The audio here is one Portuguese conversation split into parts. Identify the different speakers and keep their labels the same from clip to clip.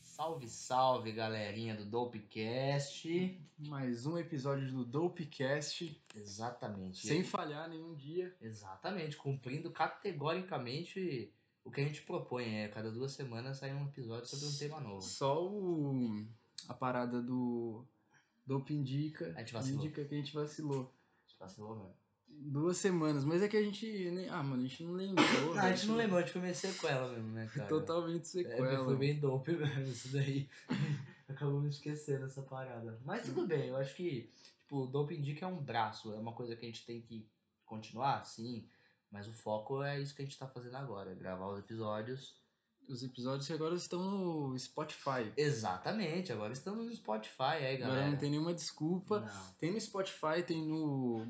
Speaker 1: Salve, salve, galerinha do Dopecast.
Speaker 2: Mais um episódio do Dopecast,
Speaker 1: Exatamente.
Speaker 2: sem falhar nenhum dia.
Speaker 1: Exatamente, cumprindo categoricamente o que a gente propõe. É cada duas semanas sair um episódio sobre um tema novo.
Speaker 2: Só o, a parada do Dope Indica,
Speaker 1: A gente vacilou.
Speaker 2: indica que a gente vacilou.
Speaker 1: Vacilou, mano.
Speaker 2: Duas semanas, mas é que a gente... nem- Ah, mano, a gente não lembrou.
Speaker 1: Não, Ah, a gente não lembrou, a gente comecei com ela mesmo, né, cara?
Speaker 2: Totalmente
Speaker 1: É, foi
Speaker 2: sequela.
Speaker 1: bem dope mesmo isso daí. Acabou me esquecendo essa parada. Mas tudo bem, eu acho que, tipo, o dope indica é um braço, é uma coisa que a gente tem que continuar, sim. Mas o foco é isso que a gente tá fazendo agora, é gravar os episódios.
Speaker 2: Os episódios que agora estão no Spotify.
Speaker 1: Exatamente, agora estamos no Spotify aí, galera.
Speaker 2: Agora não tem nenhuma desculpa.
Speaker 1: Não.
Speaker 2: Tem no Spotify, tem no,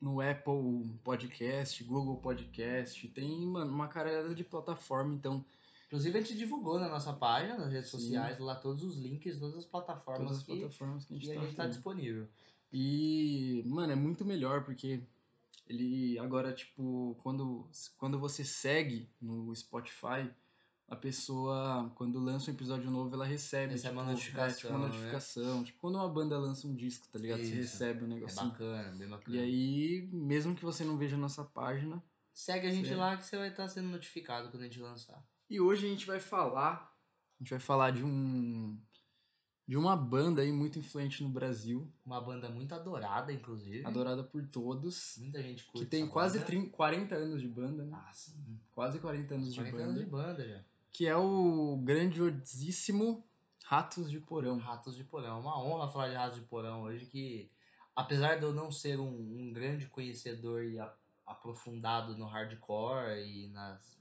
Speaker 2: no Apple Podcast, Google Podcast, tem mano, uma caralhada de plataforma, então
Speaker 1: Inclusive, a gente divulgou na nossa página, nas redes
Speaker 2: Sim.
Speaker 1: sociais, lá todos os links, todas as plataformas
Speaker 2: todas as
Speaker 1: que
Speaker 2: plataformas que a gente
Speaker 1: e a
Speaker 2: tá,
Speaker 1: gente tá
Speaker 2: tendo.
Speaker 1: disponível.
Speaker 2: E, mano, é muito melhor porque ele agora, tipo, quando, quando você segue no Spotify, a pessoa, quando lança um episódio novo, ela recebe,
Speaker 1: Recebe uma
Speaker 2: tipo,
Speaker 1: notificação,
Speaker 2: é, tipo, uma
Speaker 1: né?
Speaker 2: notificação. Tipo, quando uma banda lança um disco, tá ligado? Você
Speaker 1: Isso.
Speaker 2: recebe um
Speaker 1: É
Speaker 2: negocinho.
Speaker 1: bacana, bem bacana.
Speaker 2: e aí, mesmo que você não veja a nossa página,
Speaker 1: Segue a gente
Speaker 2: Sim.
Speaker 1: lá que você vai estar sendo notificado quando a gente lançar.
Speaker 2: E hoje a gente vai falar, a gente vai falar de um de uma banda aí muito influente no Brasil,
Speaker 1: Uma banda muito adorada, inclusive.
Speaker 2: adorada por todos,
Speaker 1: Muita gente curte.
Speaker 2: que tem
Speaker 1: essa
Speaker 2: quase
Speaker 1: banda.
Speaker 2: 30, 40 anos de banda, né?
Speaker 1: Ah, sim.
Speaker 2: Quase 40 anos de
Speaker 1: 40
Speaker 2: banda,
Speaker 1: anos de banda já.
Speaker 2: que é o grandiosíssimo Ratos de Porão.
Speaker 1: Ratos de Porão. É Uma honra falar de Ratos de Porão hoje, que apesar de eu não ser um, um grande conhecedor e a- aprofundado no hardcore e nas,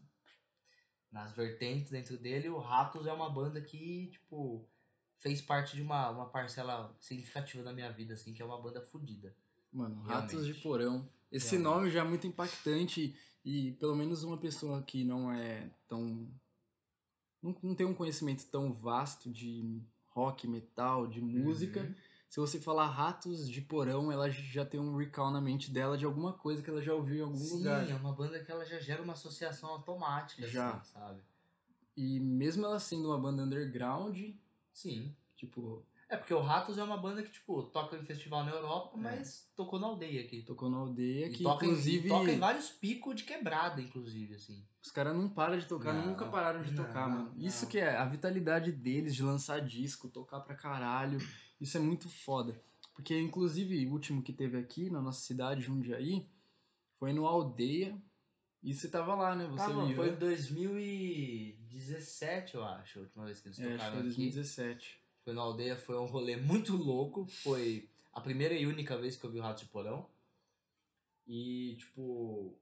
Speaker 1: nas vertentes dentro dele, o Ratos é uma banda que, tipo, fez parte de uma, uma parcela significativa da minha vida, assim, que é uma banda fodida.
Speaker 2: Mano,
Speaker 1: Realmente.
Speaker 2: Ratos de Porão. Esse
Speaker 1: Realmente.
Speaker 2: nome já é muito impactante e pelo menos uma pessoa que não é tão não, não tem um conhecimento tão vasto de rock, metal, de música,
Speaker 1: Uhum.
Speaker 2: Se você falar ratos de porão, ela já tem um recall na mente dela de alguma coisa que ela já ouviu em algum
Speaker 1: Sim,
Speaker 2: lugar.
Speaker 1: é uma banda que ela já gera uma associação automática,
Speaker 2: Já.
Speaker 1: assim, sabe?
Speaker 2: E mesmo ela sendo uma banda underground,
Speaker 1: Sim.
Speaker 2: tipo,
Speaker 1: É porque o Ratos é uma banda que, tipo, toca em festival na Europa,
Speaker 2: É.
Speaker 1: mas tocou na aldeia aqui.
Speaker 2: tocou na aldeia,
Speaker 1: E
Speaker 2: que
Speaker 1: toca, em-
Speaker 2: inclusive
Speaker 1: e toca em vários picos de quebrada, inclusive, assim.
Speaker 2: os caras não param de tocar,
Speaker 1: Não,
Speaker 2: nunca pararam de
Speaker 1: não,
Speaker 2: tocar,
Speaker 1: não,
Speaker 2: mano.
Speaker 1: não.
Speaker 2: Isso que é a vitalidade deles de lançar disco, tocar pra caralho, isso é muito foda. Porque inclusive o último que teve aqui na nossa cidade, Jundiaí, foi no Aldeia, e você tava lá, né? Você
Speaker 1: Tá, mano,
Speaker 2: me
Speaker 1: foi em
Speaker 2: viu.
Speaker 1: 2017, eu acho, a última vez que eles
Speaker 2: É, acho que
Speaker 1: tocaram
Speaker 2: foi
Speaker 1: aqui.
Speaker 2: 2017.
Speaker 1: Foi na aldeia, foi um rolê muito louco. Foi a primeira e única vez que eu vi o Rato de Porão. E, tipo,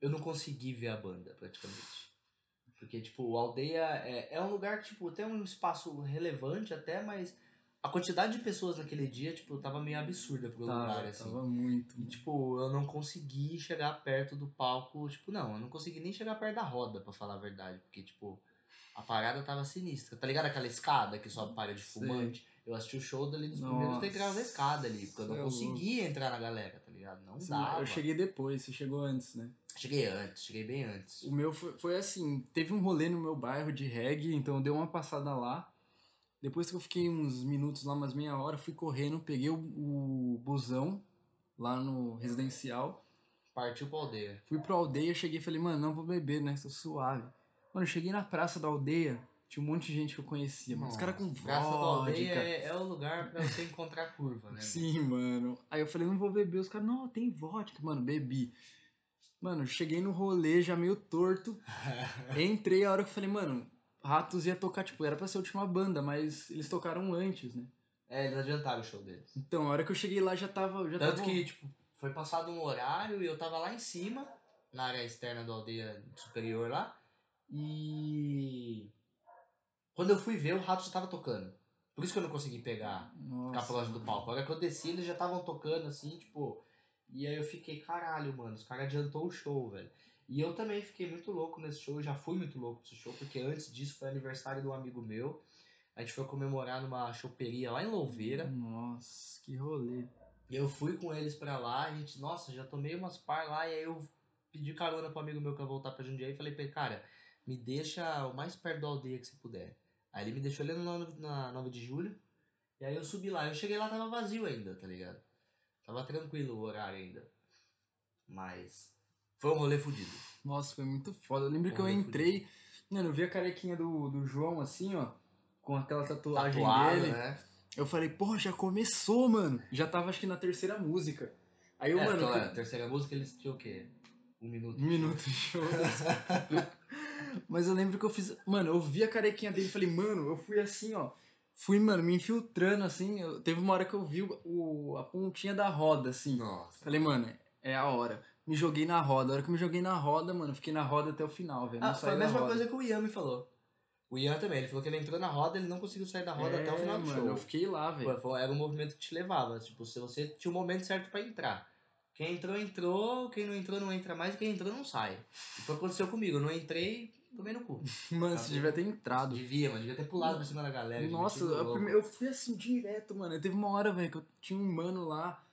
Speaker 1: eu não consegui ver a banda, praticamente. Porque, tipo, a aldeia é, é um lugar que, tipo, tem um espaço relevante até, mas a quantidade de pessoas naquele dia, tipo, tava meio absurda pro lugar,
Speaker 2: Tava,
Speaker 1: assim.
Speaker 2: tava muito.
Speaker 1: E, tipo, eu não consegui chegar perto do palco. Tipo, não, eu não consegui nem chegar perto da roda, pra falar a verdade. Porque, tipo, a parada tava sinistra. Tá ligado aquela escada que sobe parede de
Speaker 2: Sei.
Speaker 1: fumante? Eu assisti o show dali dos
Speaker 2: Nossa.
Speaker 1: primeiros degraus da escada ali. Porque eu
Speaker 2: Cê
Speaker 1: não
Speaker 2: é
Speaker 1: consegui entrar na galera, tá ligado? Não
Speaker 2: Sim,
Speaker 1: dava.
Speaker 2: eu cheguei depois, você chegou antes, né?
Speaker 1: Cheguei antes, cheguei bem antes.
Speaker 2: O meu foi, foi assim, teve um rolê no meu bairro de reggae, então eu dei uma passada lá. Depois que eu fiquei uns minutos lá, umas meia hora, fui correndo, peguei o, o busão lá no residencial,
Speaker 1: Partiu pra aldeia.
Speaker 2: fui pra aldeia, cheguei e falei, mano, não vou beber, né? Tô suave. Mano, eu cheguei na praça da aldeia, tinha um monte de gente que eu conhecia, mano. Os caras com
Speaker 1: Nossa, Praça da aldeia
Speaker 2: vodka.
Speaker 1: é, é o lugar pra você encontrar curva, né?
Speaker 2: Sim, mano. Aí eu falei, não vou beber. Os caras, não, tem vodka, mano, bebi. Mano, cheguei no rolê já meio torto. Entrei a hora que eu falei, mano, Ratos ia tocar, tipo, era pra ser a última banda, mas eles tocaram antes, né?
Speaker 1: É, eles adiantaram o show deles.
Speaker 2: Então, a hora que eu cheguei lá já tava. Já
Speaker 1: Tanto
Speaker 2: tava...
Speaker 1: que, tipo, foi passado um horário e eu tava lá em cima, na área externa da aldeia superior lá. E. Quando eu fui ver, o rato já tava tocando. Por isso que eu não consegui pegar, ficar
Speaker 2: Nossa.
Speaker 1: pra longe do palco. A hora que eu desci, eles já estavam tocando assim, tipo. E aí eu fiquei, caralho, mano, os caras adiantou o show, velho. E eu também fiquei muito louco nesse show, eu já fui muito louco nesse show, porque antes disso foi aniversário de um amigo meu. A gente foi comemorar numa choperia lá em Louveira.
Speaker 2: Nossa, que rolê.
Speaker 1: E eu fui com eles pra lá, a gente, nossa, já tomei umas par lá, e aí eu pedi carona pro amigo meu que ia voltar pra Jundiaí e falei pra ele, cara, me deixa o mais perto da aldeia que você puder. Aí ele me deixou ali no nove- na 9 de julho. E aí eu subi lá. Eu cheguei lá, tava vazio ainda, tá ligado? Tava tranquilo o horário ainda. Mas foi um rolê fudido.
Speaker 2: Nossa, foi muito foda. Eu lembro que eu
Speaker 1: Olha,
Speaker 2: entrei, mano, eu vi a carequinha do, do João assim, ó, com aquela tatuagem
Speaker 1: Tatuado,
Speaker 2: dele.
Speaker 1: né?
Speaker 2: Eu falei, pô, já começou, mano. Já tava acho que na terceira música. Aí eu,
Speaker 1: é,
Speaker 2: mano,
Speaker 1: então, é,
Speaker 2: eu-
Speaker 1: a terceira música eles tinham o quê? Um minuto.
Speaker 2: um minuto de show. Mas eu lembro que eu fiz. Mano, eu vi a carequinha dele e falei, mano, eu fui assim, ó. Fui, mano, me infiltrando assim. eu- teve uma hora que eu vi o, a pontinha da roda, assim.
Speaker 1: Nossa.
Speaker 2: Falei, mano, é a hora. Me joguei na roda. A hora que eu me joguei na roda, mano, eu fiquei na roda até o final, velho. Não
Speaker 1: Ah,
Speaker 2: saí
Speaker 1: foi a
Speaker 2: da
Speaker 1: mesma
Speaker 2: roda.
Speaker 1: coisa que o Ian me falou. O Ian também, ele falou que ele entrou na roda, ele não conseguiu sair da roda
Speaker 2: É,
Speaker 1: até o final do
Speaker 2: mano,
Speaker 1: show.
Speaker 2: Eu fiquei lá, velho.
Speaker 1: Foi- foi- Era um movimento que te levava. Tipo, se você tinha o momento certo pra entrar. Quem entrou, entrou. Quem não entrou, não entra mais. Quem entrou, não sai. E foi o que aconteceu comigo. Eu não entrei, tomei no cu.
Speaker 2: Mano, você devia ter entrado.
Speaker 1: Devia, mano. Devia ter pulado pra cima da galera.
Speaker 2: Nossa,
Speaker 1: devia ter
Speaker 2: a
Speaker 1: sido louco.
Speaker 2: prime- eu fui assim direto, mano. Aí Teve uma hora, velho, que eu tinha um mano lá.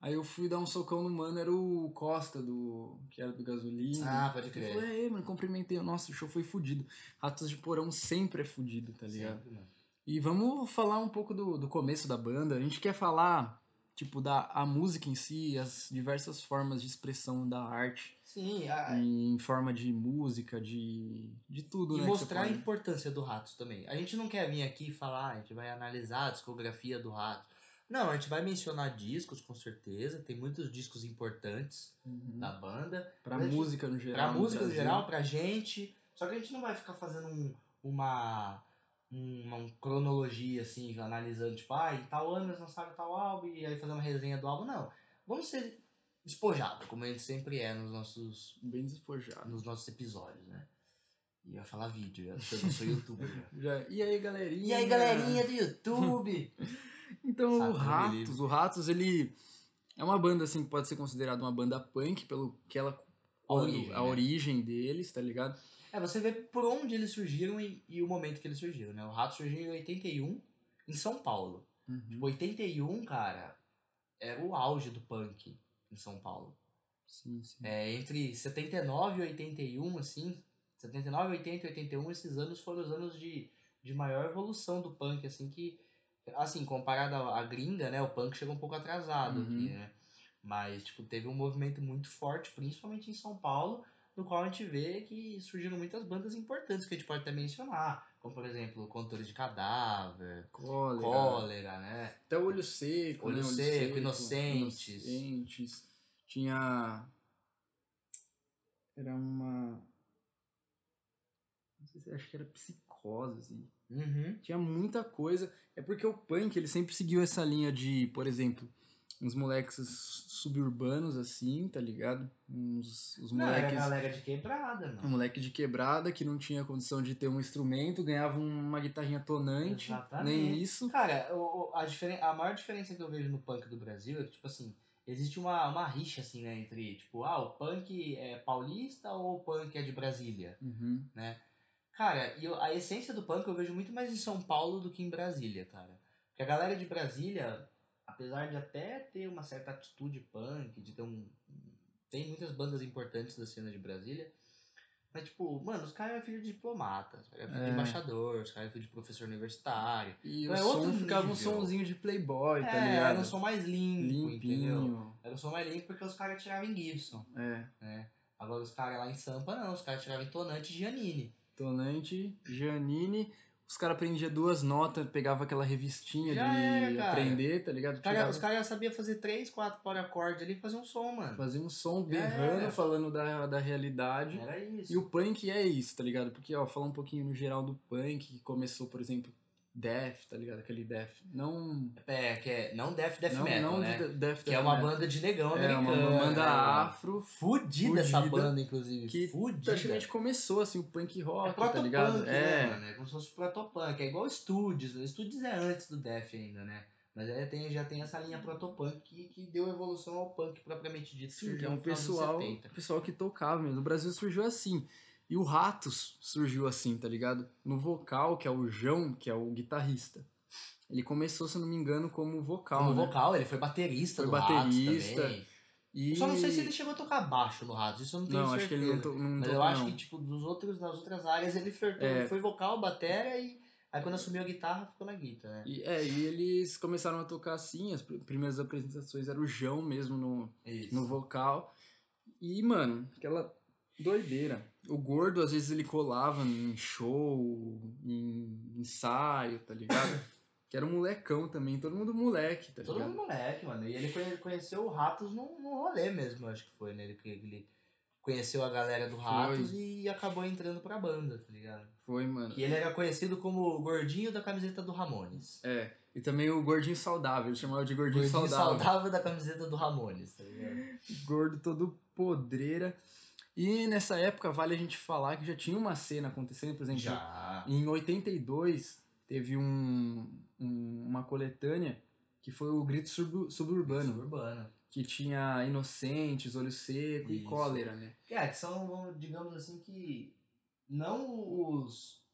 Speaker 2: Aí eu fui dar um socão no mano, era o Costa, do que era do gasolina.
Speaker 1: Ah, pode
Speaker 2: ele
Speaker 1: crer.
Speaker 2: falou, é, mano, cumprimentei. Nossa, o show foi fudido. Ratos de Porão sempre é fudido, tá ligado?
Speaker 1: Sempre, mano.
Speaker 2: E vamos falar um pouco do, do começo da banda. A gente quer falar, tipo, da a música em si, as diversas formas de expressão da arte,
Speaker 1: Sim, a-
Speaker 2: em forma de música, de, de tudo,
Speaker 1: e
Speaker 2: né? que você
Speaker 1: mostrar a
Speaker 2: pode-
Speaker 1: importância do Ratos também. A gente não quer vir aqui e falar, "Ah, a gente vai analisar a discografia do Ratos. Não, a gente vai mencionar discos, com certeza. Tem muitos discos importantes
Speaker 2: Uhum.
Speaker 1: da banda.
Speaker 2: Pra
Speaker 1: Tá. Mas,
Speaker 2: música no
Speaker 1: pra
Speaker 2: geral. no
Speaker 1: música no
Speaker 2: Brasil.
Speaker 1: geral, pra gente. Só que a gente não vai ficar fazendo um- uma, uma, um cronologia, assim, analisando, tipo, ah, em tal ano eles lançaram tal álbum, e aí fazer uma resenha do álbum, não. Vamos ser despojados, como a gente sempre é nos nossos,
Speaker 2: Bem despojado.
Speaker 1: nos nossos episódios, né? E ia falar vídeo, eu sou eu não sou youtuber. né?
Speaker 2: Já- E aí, galerinha?
Speaker 1: E aí, galerinha do YouTube?
Speaker 2: Então,
Speaker 1: Sabe,
Speaker 2: o
Speaker 1: Deus me
Speaker 2: Ratos,
Speaker 1: livre.
Speaker 2: o Ratos, ele é uma banda, assim, que pode ser considerada uma banda punk, pelo que ela...
Speaker 1: A origem,
Speaker 2: a
Speaker 1: né?
Speaker 2: origem deles, tá ligado?
Speaker 1: É, você vê por onde eles surgiram e, e o momento que eles surgiram, né? O Rato surgiu em 81, em São Paulo. Tipo, 81, cara, era o auge do punk em São Paulo.
Speaker 2: Sim, sim.
Speaker 1: É, entre 79 e 81, assim, 79, 80 e 81, esses anos foram os anos de, de maior evolução do punk, assim, que, assim, comparado à à gringa, né, o punk chegou um pouco atrasado
Speaker 2: Uhum.
Speaker 1: aqui, né? Mas, tipo, teve um movimento muito forte, principalmente em São Paulo, no qual a gente vê que surgiram muitas bandas importantes que a gente pode até mencionar, como, por exemplo, Contores de Cadáver,
Speaker 2: Cólera.
Speaker 1: Cólera, né?
Speaker 2: Até o Olho Seco,
Speaker 1: Olho
Speaker 2: né?
Speaker 1: Seco, Inocentes.
Speaker 2: Inocentes. Tinha... Era uma... Não sei se... Acho que era Psicose, assim.
Speaker 1: Uhum.
Speaker 2: Tinha muita coisa. É porque o punk, ele sempre seguiu essa linha de, por exemplo, uns moleques suburbanos assim, tá ligado? Uns os
Speaker 1: Não, era
Speaker 2: moleques,
Speaker 1: galera de quebrada,
Speaker 2: um
Speaker 1: mano.
Speaker 2: moleque de quebrada que não tinha condição de ter um instrumento, ganhava uma guitarrinha tonante,
Speaker 1: Exatamente.
Speaker 2: nem isso.
Speaker 1: Cara, o- o- a, diferen- a maior diferença que eu vejo no punk do Brasil é que, tipo assim, existe uma, uma rixa, assim, né, entre, tipo, ah, o punk é paulista ou o punk é de Brasília,
Speaker 2: Uhum.
Speaker 1: né? Cara, e eu- a essência do punk eu vejo muito mais em São Paulo do que em Brasília, cara. Porque a galera de Brasília, apesar de até ter uma certa atitude punk, de ter um. Tem muitas bandas importantes da cena de Brasília. Mas, tipo, mano, os caras é filho de diplomata, os caras é filho
Speaker 2: É.
Speaker 1: de embaixador, os caras é filho de professor universitário.
Speaker 2: E
Speaker 1: Mas
Speaker 2: o
Speaker 1: é
Speaker 2: som
Speaker 1: outro
Speaker 2: ficava um
Speaker 1: nível.
Speaker 2: sonzinho de playboy, tá
Speaker 1: é,
Speaker 2: ligado?
Speaker 1: era um som mais limpo, entendeu?
Speaker 2: limpinho.
Speaker 1: Era um som mais limpo porque os caras tiravam em Gibson.
Speaker 2: É,
Speaker 1: Agora os caras lá em Sampa, não, os caras tiravam em Tonante e Giannini.
Speaker 2: tonante, Janine. Os caras aprendiam duas notas, pegava aquela revistinha
Speaker 1: Já
Speaker 2: de
Speaker 1: era, cara.
Speaker 2: aprender, tá ligado?
Speaker 1: Os caras
Speaker 2: Tirava-
Speaker 1: cara sabiam fazer três, quatro power acorde ali e fazer um som, mano.
Speaker 2: Fazer um som
Speaker 1: Já
Speaker 2: berrando,
Speaker 1: era.
Speaker 2: falando da, da realidade.
Speaker 1: É. Era isso.
Speaker 2: E o punk é isso, tá ligado? Porque, ó, falar um pouquinho no geral do punk, que começou, por exemplo, Death, tá ligado? Aquele Death. Não.
Speaker 1: É, que é não Death Death
Speaker 2: não,
Speaker 1: Metal,
Speaker 2: não
Speaker 1: né?
Speaker 2: de Death, Death
Speaker 1: que é uma
Speaker 2: Metal.
Speaker 1: banda de negão
Speaker 2: É,
Speaker 1: americano.
Speaker 2: uma
Speaker 1: né,
Speaker 2: banda
Speaker 1: mano?
Speaker 2: afro.
Speaker 1: Fudida, essa
Speaker 2: fudida,
Speaker 1: banda, inclusive.
Speaker 2: Então, que tá
Speaker 1: Fudida.
Speaker 2: Praticamente começou, assim, o punk
Speaker 1: É
Speaker 2: rock, tá
Speaker 1: protopunk,
Speaker 2: ligado?
Speaker 1: né,
Speaker 2: É.
Speaker 1: mano? É como se fosse protopunk. É igual Studios. né? Studios é antes do Def ainda, né? Mas aí tem, já tem essa linha protopunk que, que deu evolução ao punk propriamente dito.
Speaker 2: Sim,
Speaker 1: surgiu
Speaker 2: é um
Speaker 1: no final dos
Speaker 2: pessoal,
Speaker 1: 70.
Speaker 2: pessoal que tocava mesmo. No Brasil surgiu assim. E o Ratos surgiu assim, tá ligado? No vocal, que é o João, que é o guitarrista. Ele começou, se eu não me engano, como vocal,
Speaker 1: Como
Speaker 2: né?
Speaker 1: um vocal, ele foi baterista
Speaker 2: Foi
Speaker 1: do Ratos
Speaker 2: baterista.
Speaker 1: também.
Speaker 2: E...
Speaker 1: Eu só não sei se ele chegou a tocar baixo no Ratos, isso eu não tenho
Speaker 2: Não,
Speaker 1: certeza.
Speaker 2: acho que ele não, to... não
Speaker 1: Mas eu
Speaker 2: tocou,
Speaker 1: acho
Speaker 2: não.
Speaker 1: que, tipo, dos outros, nas outras áreas ele foi,
Speaker 2: É.
Speaker 1: foi vocal, bateria e Aí quando assumiu a guitarra, ficou na guitarra, né?
Speaker 2: E, é, e eles começaram a tocar assim, as pr- primeiras apresentações era o João mesmo no,
Speaker 1: É Isso.
Speaker 2: no vocal. E, mano, aquela doideira. O gordo, às vezes, ele colava em show, em ensaio, tá ligado? Que era um molecão também, todo mundo moleque, tá
Speaker 1: Todo mundo
Speaker 2: ligado?
Speaker 1: moleque, mano. E ele conhe- conheceu o Ratos num, num rolê mesmo, acho que foi, né? Ele, que ele conheceu a galera do Ratos e acabou entrando pra banda, tá ligado?
Speaker 2: Foi, mano.
Speaker 1: E é ele era conhecido como o gordinho da camiseta do Ramones.
Speaker 2: É, e também o gordinho saudável, ele chamava de gordinho,
Speaker 1: gordinho
Speaker 2: saudável.
Speaker 1: saudável da camiseta do Ramones, tá ligado?
Speaker 2: gordo, todo podreira. E nessa época, vale a gente falar que já tinha uma cena acontecendo, por exemplo,
Speaker 1: Já.
Speaker 2: em 82 teve um, um- uma coletânea que foi o Grito Sub- Suburbano,
Speaker 1: Urbano.
Speaker 2: que tinha Inocentes, Olho Seco e
Speaker 1: Isso.
Speaker 2: Cólera, né?
Speaker 1: É, que são, vamos- digamos assim, que não os,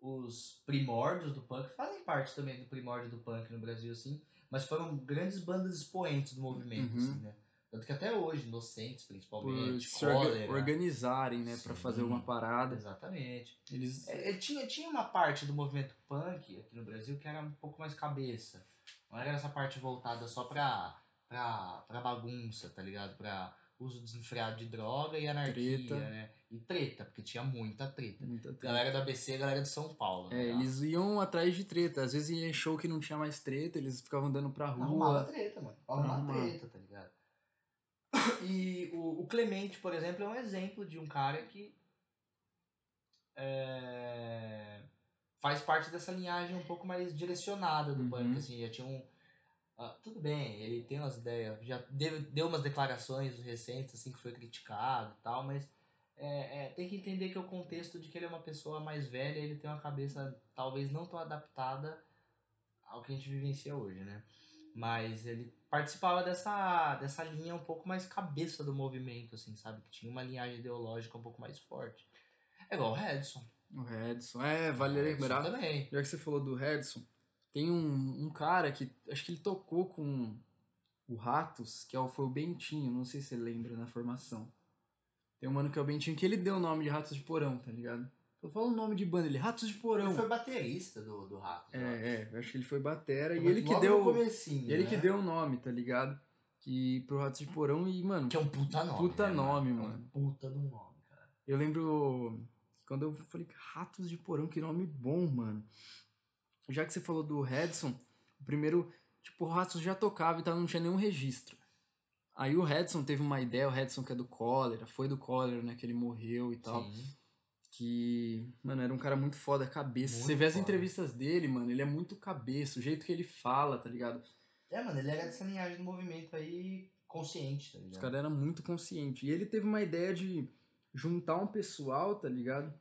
Speaker 1: os primórdios do punk, fazem parte também do primórdio do punk no Brasil, assim, mas foram grandes bandas expoentes do movimento,
Speaker 2: Uhum.
Speaker 1: assim, né? Tanto que até hoje, Inocentes,
Speaker 2: Por
Speaker 1: principalmente,
Speaker 2: se orga-
Speaker 1: Cólera,
Speaker 2: organizarem, né, pra
Speaker 1: Sim.
Speaker 2: fazer uma parada.
Speaker 1: Exatamente.
Speaker 2: Eles
Speaker 1: É, é, tinha, tinha uma parte do movimento punk aqui no Brasil que era um pouco mais cabeça. Não era essa parte voltada só pra, pra, pra bagunça, tá ligado? Pra uso desenfreado de droga e anarquia,
Speaker 2: Treta.
Speaker 1: né? E treta, porque tinha muita treta.
Speaker 2: muita treta.
Speaker 1: Galera da BC e galera de São Paulo. tá
Speaker 2: É, eles iam atrás de treta. Às vezes ia em show que não tinha mais treta, eles ficavam andando
Speaker 1: Tá
Speaker 2: pra
Speaker 1: Arrumava
Speaker 2: rua.
Speaker 1: treta, mano. Arrumava
Speaker 2: Arrumava.
Speaker 1: treta, tá ligado? E o, o Clemente, por exemplo, é um exemplo de um cara que é, faz parte dessa linhagem um pouco mais direcionada do
Speaker 2: Uhum.
Speaker 1: punk, assim, já tinha um... ah, tudo bem, ele tem umas ideias, já deu, deu umas declarações recentes, assim, que foi criticado e tal, mas é, é, tem que entender que é o contexto de que ele é uma pessoa mais velha, ele tem uma cabeça talvez não tão adaptada ao que a gente vivencia hoje, né? Mas ele participava dessa, dessa linha um pouco mais cabeça do movimento, assim, sabe? Que tinha uma linhagem ideológica um pouco mais forte. É igual o Redson.
Speaker 2: O Redson. É, vale
Speaker 1: O Redson
Speaker 2: lembrar.
Speaker 1: Também.
Speaker 2: Já que você falou do Redson, tem um, um cara que acho que ele tocou com o Ratos, que é o- foi o Bentinho, não sei se você lembra na formação. Tem um mano que é o Bentinho que ele deu o nome de Ratos de Porão, tá ligado? Eu falo o nome de banda, ele Ratos de Porão.
Speaker 1: Ele foi baterista do, do Rato.
Speaker 2: É, é, eu acho que ele foi batera e ele que deu,
Speaker 1: Comecinho,
Speaker 2: e ele
Speaker 1: né?
Speaker 2: que deu o nome, tá ligado? Que pro Ratos de Porão e, mano,
Speaker 1: Que é um puta nome.
Speaker 2: Puta
Speaker 1: né,
Speaker 2: nome,
Speaker 1: É um
Speaker 2: mano.
Speaker 1: puta do nome, cara.
Speaker 2: Eu lembro quando eu falei, Ratos de Porão, que nome bom, mano. Já que você falou do Redson, o primeiro, tipo, o Ratos já tocava e tal, não tinha nenhum registro. Aí o Redson teve uma ideia, o Redson que é do cólera, foi do cólera, né, que ele morreu e tal.
Speaker 1: Sim.
Speaker 2: Que, mano, era um cara muito foda, cabeça.
Speaker 1: Muito
Speaker 2: você vê as
Speaker 1: foda.
Speaker 2: entrevistas dele, mano, ele é muito cabeça, o jeito que ele fala, tá ligado?
Speaker 1: É, mano, ele era dessa linhagem do movimento aí consciente, tá
Speaker 2: Os
Speaker 1: ligado?
Speaker 2: caras eram muito conscientes. E ele teve uma ideia de juntar um pessoal, tá ligado?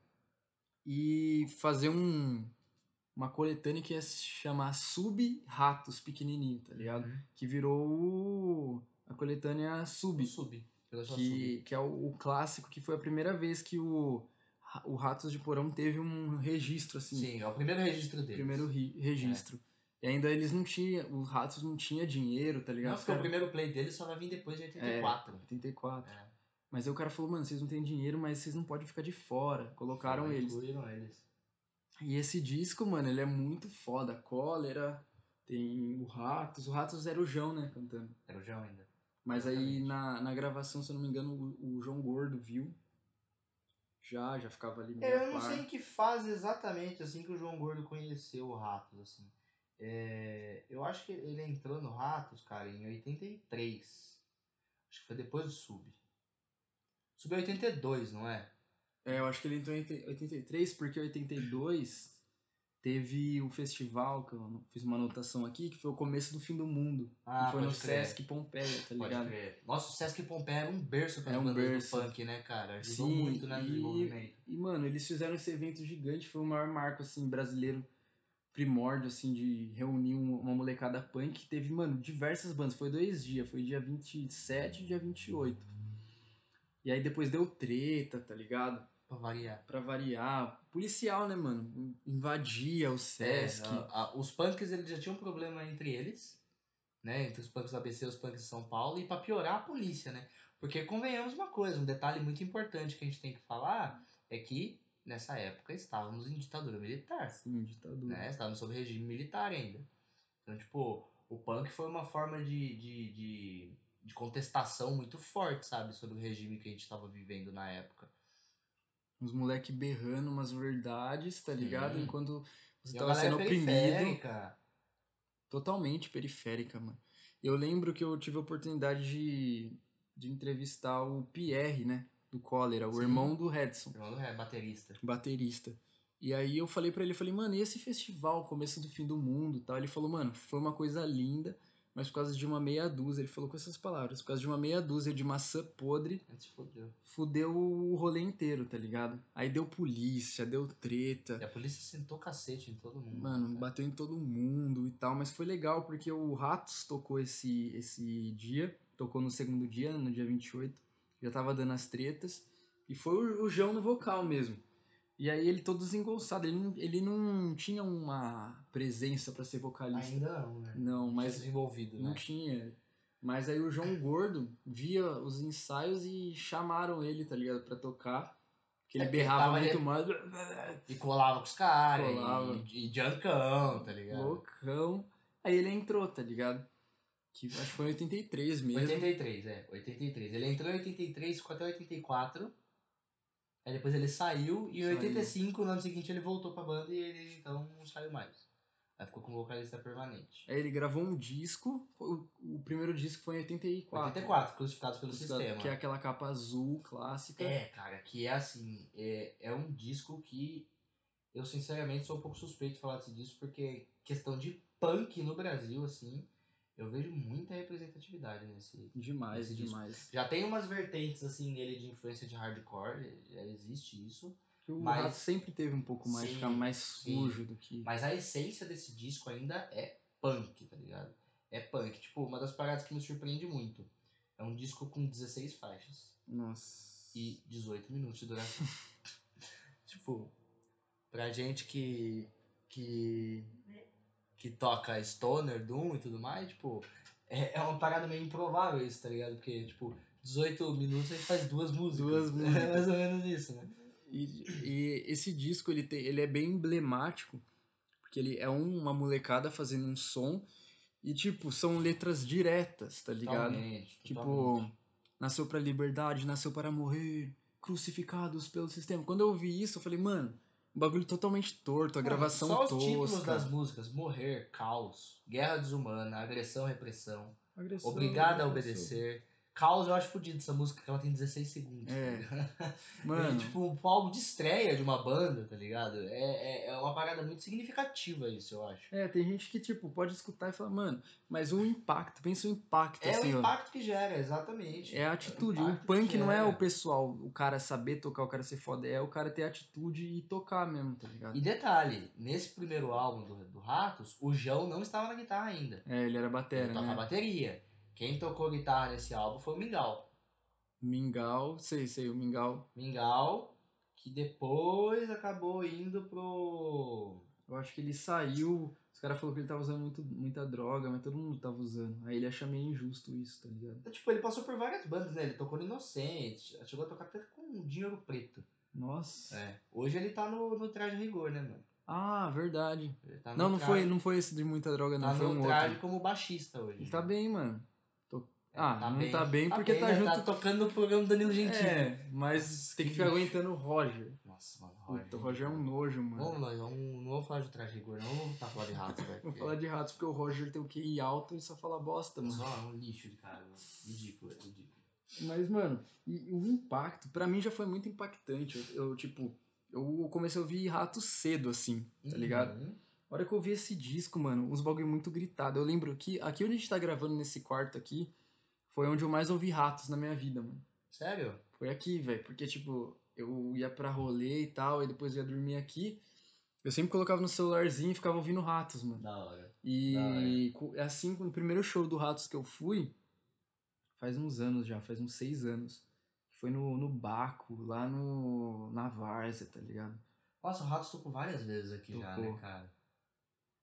Speaker 2: E fazer um uma coletânea que ia se chamar Sub-Ratos Pequenininho, tá ligado?
Speaker 1: Uhum.
Speaker 2: Que virou o, a coletânea Sub,
Speaker 1: O Sub. Pela sua Sub.
Speaker 2: que, que é o, o clássico, que foi a primeira vez que o, Ra- o Ratos de Porão teve um registro, assim,
Speaker 1: Sim, é o primeiro registro dele.
Speaker 2: primeiro ri- registro. E ainda eles não tinham, os Ratos não tinha dinheiro, tá ligado?
Speaker 1: Não,
Speaker 2: Os
Speaker 1: porque o
Speaker 2: cara-
Speaker 1: primeiro play dele só vai vir depois de
Speaker 2: É,
Speaker 1: 84.
Speaker 2: 84.
Speaker 1: É.
Speaker 2: Mas aí o cara falou, mano, vocês não têm dinheiro, mas vocês não podem ficar de fora. Colocaram
Speaker 1: Aí
Speaker 2: eles.
Speaker 1: Incluíram eles.
Speaker 2: E esse disco, mano, ele é muito foda. Cólera, tem o Ratos. O Ratos era o João, né, cantando.
Speaker 1: Era o João ainda.
Speaker 2: Mas aí
Speaker 1: Exatamente.
Speaker 2: na, na gravação, se eu não me engano, o, o João Gordo viu. Já, já ficava ali meio
Speaker 1: É, Eu
Speaker 2: a
Speaker 1: não
Speaker 2: par.
Speaker 1: sei em que fase exatamente assim que o João Gordo conheceu o Ratos, assim. É, eu acho que ele entrou no Ratos, cara, em 83. Acho que foi depois do Sub. Sub é 82, não é?
Speaker 2: É, eu acho que ele entrou em 83, porque em 82 teve o festival, que eu não- fiz uma anotação aqui, que foi o começo do fim do mundo. que foi no
Speaker 1: Ah, pode crer,
Speaker 2: Sesc Pompeia, tá
Speaker 1: Pode
Speaker 2: ligado?
Speaker 1: crer. Nossa, o Sesc Pompeia era um berço para
Speaker 2: É um
Speaker 1: bandas
Speaker 2: berço.
Speaker 1: do punk, né, cara? Ajudou
Speaker 2: Sim,
Speaker 1: muito, né, no
Speaker 2: e-
Speaker 1: desenvolvimento.
Speaker 2: E, mano, eles fizeram esse evento gigante, foi o maior marco, assim, brasileiro primórdio, assim, de reunir um- uma molecada punk. Teve, mano, diversas bandas, foi dois dias, foi dia 27 e dia 28. E aí depois deu treta, tá ligado?
Speaker 1: Pra variar.
Speaker 2: Pra variar. Policial, né, mano? Invadia o Sesc.
Speaker 1: É, a- a- os punks eles já tinham um problema entre eles, né? Entre os punks da ABC e os punks de São Paulo, e pra piorar a polícia, né? Porque convenhamos uma coisa, um detalhe muito importante que a gente tem que falar é que nessa época, estávamos em ditadura militar,
Speaker 2: Sim, assim, ditadura.
Speaker 1: né? Estávamos sob regime militar ainda. Então, tipo, o punk foi uma forma de, de, de, de contestação muito forte, sabe? Sobre o regime que a gente estava vivendo na época.
Speaker 2: Uns moleque berrando umas verdades, tá
Speaker 1: Sim.
Speaker 2: ligado? Enquanto você
Speaker 1: E a
Speaker 2: tava
Speaker 1: galera
Speaker 2: sendo oprimido.
Speaker 1: periférica,
Speaker 2: Totalmente periférica, mano. Eu lembro que eu tive a oportunidade de, de entrevistar o Pierre, né? Do Cólera, o
Speaker 1: Sim.
Speaker 2: irmão do Redson.
Speaker 1: irmão do Ré, É, baterista.
Speaker 2: baterista. E aí eu falei pra ele, eu falei, mano, e esse festival, começo do fim do mundo, e tal. Ele falou, mano, foi uma coisa linda, mas por causa de uma meia dúzia, ele falou com essas palavras, por causa de uma meia dúzia de maçã podre,
Speaker 1: Antes fodeu.
Speaker 2: fudeu o rolê inteiro, tá ligado? Aí deu polícia, deu treta.
Speaker 1: E a polícia sentou cacete em todo mundo.
Speaker 2: Mano,
Speaker 1: né?
Speaker 2: bateu em todo mundo e tal, mas foi legal porque o Ratos tocou esse, esse dia, tocou no segundo dia, né, no dia 28, já tava dando as tretas, e foi o, o João no vocal mesmo. E aí ele todo desengonçado, ele não, ele não tinha uma presença pra ser vocalista.
Speaker 1: Ainda não, né?
Speaker 2: Não, mas
Speaker 1: desenvolvido,
Speaker 2: não
Speaker 1: né?
Speaker 2: tinha. Mas aí o João Gordo via os ensaios e chamaram ele, tá ligado, pra tocar. Que ele
Speaker 1: É, porque ele
Speaker 2: berrava
Speaker 1: tava
Speaker 2: muito
Speaker 1: ali-
Speaker 2: mais.
Speaker 1: E colava com os caras,
Speaker 2: Colava.
Speaker 1: e, e de ancão, tá ligado?
Speaker 2: Loucão. Aí ele entrou, tá ligado? Que acho que foi em 83 mesmo.
Speaker 1: 83, é, 83. Ele entrou em 83, ficou até 84. Aí depois ele saiu, e em
Speaker 2: Saiu.
Speaker 1: 85, no ano seguinte, ele voltou pra banda e ele então não saiu mais. Aí ficou como vocalista permanente.
Speaker 2: Aí ele gravou um disco. O, o primeiro disco foi em 84.
Speaker 1: 84, crucificados pelo sistema.
Speaker 2: Que é aquela capa azul clássica.
Speaker 1: É, cara, que é assim, é, é um disco que eu sinceramente sou um pouco suspeito de falar desse disco, porque questão de punk no Brasil, assim, eu vejo muita representatividade nesse.
Speaker 2: Demais,
Speaker 1: Esse disco.
Speaker 2: demais.
Speaker 1: Já tem umas vertentes, assim, nele de influência de hardcore, já existe isso.
Speaker 2: Que o
Speaker 1: Mas-
Speaker 2: Rato sempre teve um pouco mais,
Speaker 1: Sim,
Speaker 2: ficar mais
Speaker 1: sim.
Speaker 2: sujo do que.
Speaker 1: Mas a essência desse disco ainda é punk, tá ligado? É punk. Tipo, uma das paradas que me surpreende muito. É um disco com 16 faixas.
Speaker 2: Nossa.
Speaker 1: e 18 minutos de duração. tipo, pra gente que, que que toca stoner, doom e tudo mais, tipo, é, é uma parada meio improvável isso, tá ligado? Porque, tipo, 18 minutos a gente faz duas músicas.
Speaker 2: Duas músicas.
Speaker 1: É mais ou menos isso, né?
Speaker 2: E, e esse disco ele, tem, ele é bem emblemático, porque ele é um- uma molecada fazendo um som e, tipo, são letras diretas, tá ligado?
Speaker 1: Totalmente, totalmente.
Speaker 2: Tipo, nasceu pra liberdade, nasceu para morrer, crucificados pelo sistema. Quando eu ouvi isso, eu falei, mano, um bagulho totalmente torto, a
Speaker 1: Mano,
Speaker 2: gravação
Speaker 1: Só os títulos
Speaker 2: tosca.
Speaker 1: das músicas, Morrer, Caos, Guerra Desumana, Agressão, Repressão,
Speaker 2: Agressão,
Speaker 1: Obrigada a
Speaker 2: agressão.
Speaker 1: Obedecer. Caos eu acho fodido essa música, que ela tem 16 segundos. tá
Speaker 2: É.
Speaker 1: ligado?
Speaker 2: Mano,
Speaker 1: E, tipo, um álbum de estreia de uma banda, tá ligado? É, é, é uma parada muito significativa isso, eu acho.
Speaker 2: é, tem gente que, tipo, pode escutar e falar, mano, mas o impacto, pensa o impacto,
Speaker 1: É
Speaker 2: assim,
Speaker 1: o
Speaker 2: ó.
Speaker 1: impacto que gera, exatamente.
Speaker 2: É a atitude. O
Speaker 1: impacto
Speaker 2: punk
Speaker 1: que
Speaker 2: não é
Speaker 1: gera.
Speaker 2: o pessoal, o cara saber tocar, o cara ser foda, é o cara ter atitude e tocar mesmo, tá ligado?
Speaker 1: E detalhe, nesse primeiro álbum do, do Ratos, o João não estava na guitarra ainda.
Speaker 2: É, ele era batera,
Speaker 1: ele toca
Speaker 2: né?
Speaker 1: bateria. Quem tocou guitarra nesse álbum foi o Mingau.
Speaker 2: Mingau, sei, sei, o Mingau,
Speaker 1: Mingau, que depois acabou indo pro.
Speaker 2: eu acho que ele saiu, os caras falaram que ele tava usando muito, muita droga, mas todo mundo tava usando. Aí ele acha meio injusto isso, tá ligado?
Speaker 1: Tipo, ele passou por várias bandas, né? Ele tocou no Inocente, chegou a tocar até com Dinheiro Preto.
Speaker 2: Nossa.
Speaker 1: É. Hoje ele tá no, no traje rigor, né, mano?
Speaker 2: Ah, verdade.
Speaker 1: Ele tá no
Speaker 2: Não, não
Speaker 1: traje-
Speaker 2: foi, não foi esse de muita droga, não,
Speaker 1: Tá
Speaker 2: foi
Speaker 1: no
Speaker 2: um
Speaker 1: traje
Speaker 2: outro.
Speaker 1: como baixista hoje.
Speaker 2: Ele tá
Speaker 1: né?
Speaker 2: bem, mano. Tô- Ah, não tá bem porque tá
Speaker 1: né?
Speaker 2: junto-
Speaker 1: Tá tocando no programa do Danilo Gentili.
Speaker 2: É, mas tem que ficar aguentando o Roger.
Speaker 1: Nossa, mano, Roger. né?
Speaker 2: É. Puta, o Roger é um nojo, mano.
Speaker 1: Vamos, nós vamos, não vamos falar de traje rigor, não vamos voltar a falar de rato, velho.
Speaker 2: Vou falar de ratos, porque o Roger tem o QI alto e só fala bosta,
Speaker 1: Porque
Speaker 2: mano.
Speaker 1: Só é um lixo de cara, mano. ridículo, é ridículo.
Speaker 2: Mas, mano, e o impacto, pra mim já foi muito impactante. Eu, eu, tipo, eu comecei a ouvir ratos cedo, assim, tá ligado?
Speaker 1: Uhum.
Speaker 2: A hora que eu ouvi esse disco, mano, uns bagulho muito gritado. Eu lembro que aqui onde a gente tá gravando nesse quarto aqui, foi onde eu mais ouvi ratos na minha vida, mano.
Speaker 1: Sério?
Speaker 2: Foi aqui, velho. Porque, tipo, eu ia pra rolê e tal, e depois eu ia dormir aqui. Eu sempre colocava no celularzinho e ficava ouvindo ratos, mano.
Speaker 1: Da hora. Da
Speaker 2: E
Speaker 1: hora.
Speaker 2: co- assim, no primeiro show do Ratos que eu fui, faz uns anos já, faz uns seis anos. Foi no, no Baco, lá no, na Várzea, tá ligado?
Speaker 1: Nossa, o rato tocou várias vezes aqui já,
Speaker 2: Tocou.
Speaker 1: né, cara?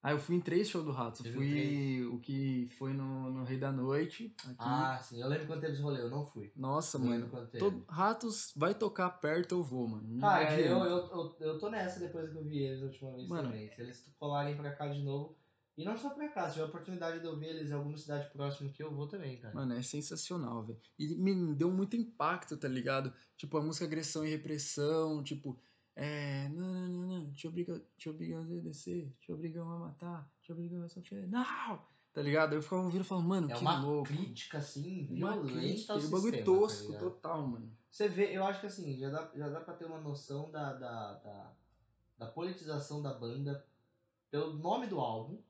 Speaker 2: Ah, eu fui em três shows do Ratos.
Speaker 1: Você
Speaker 2: Eu
Speaker 1: viu
Speaker 2: fui
Speaker 1: três?
Speaker 2: o que foi no, no Rei da Noite. Aqui.
Speaker 1: Ah, sim. Eu lembro quando teve esse rolê, eu não fui.
Speaker 2: Nossa,
Speaker 1: Eu lembro
Speaker 2: mano.
Speaker 1: quando teve.
Speaker 2: Todo, Ratos vai tocar perto, eu vou, mano. Não
Speaker 1: Cara,
Speaker 2: vai-
Speaker 1: Ah, é, eu, eu, eu, eu tô nessa depois que eu vi eles a última vez
Speaker 2: Mano.
Speaker 1: também. Se eles colarem pra cá de novo. E não só pra cá, se tiver oportunidade de eu ver eles em alguma cidade próxima que eu vou também, cara.
Speaker 2: Mano, é sensacional, velho. E me deu muito impacto, tá ligado? Tipo, a música Agressão e Repressão, tipo, é. Não, não, não, não, te obrigam, te obrigam a obedecer, te obrigam a matar, te obrigam a sofrer. Não! Tá ligado? Eu ficava ouvindo e falava, mano,
Speaker 1: é
Speaker 2: que
Speaker 1: uma
Speaker 2: louco.
Speaker 1: crítica, assim,
Speaker 2: Uma
Speaker 1: violenta
Speaker 2: crítica,
Speaker 1: ao
Speaker 2: e um bagulho
Speaker 1: sistema, tá
Speaker 2: tosco
Speaker 1: ligado?
Speaker 2: total, mano.
Speaker 1: Você vê, eu acho que assim, já dá, já dá pra ter uma noção da, da, da, da politização da banda pelo nome do álbum,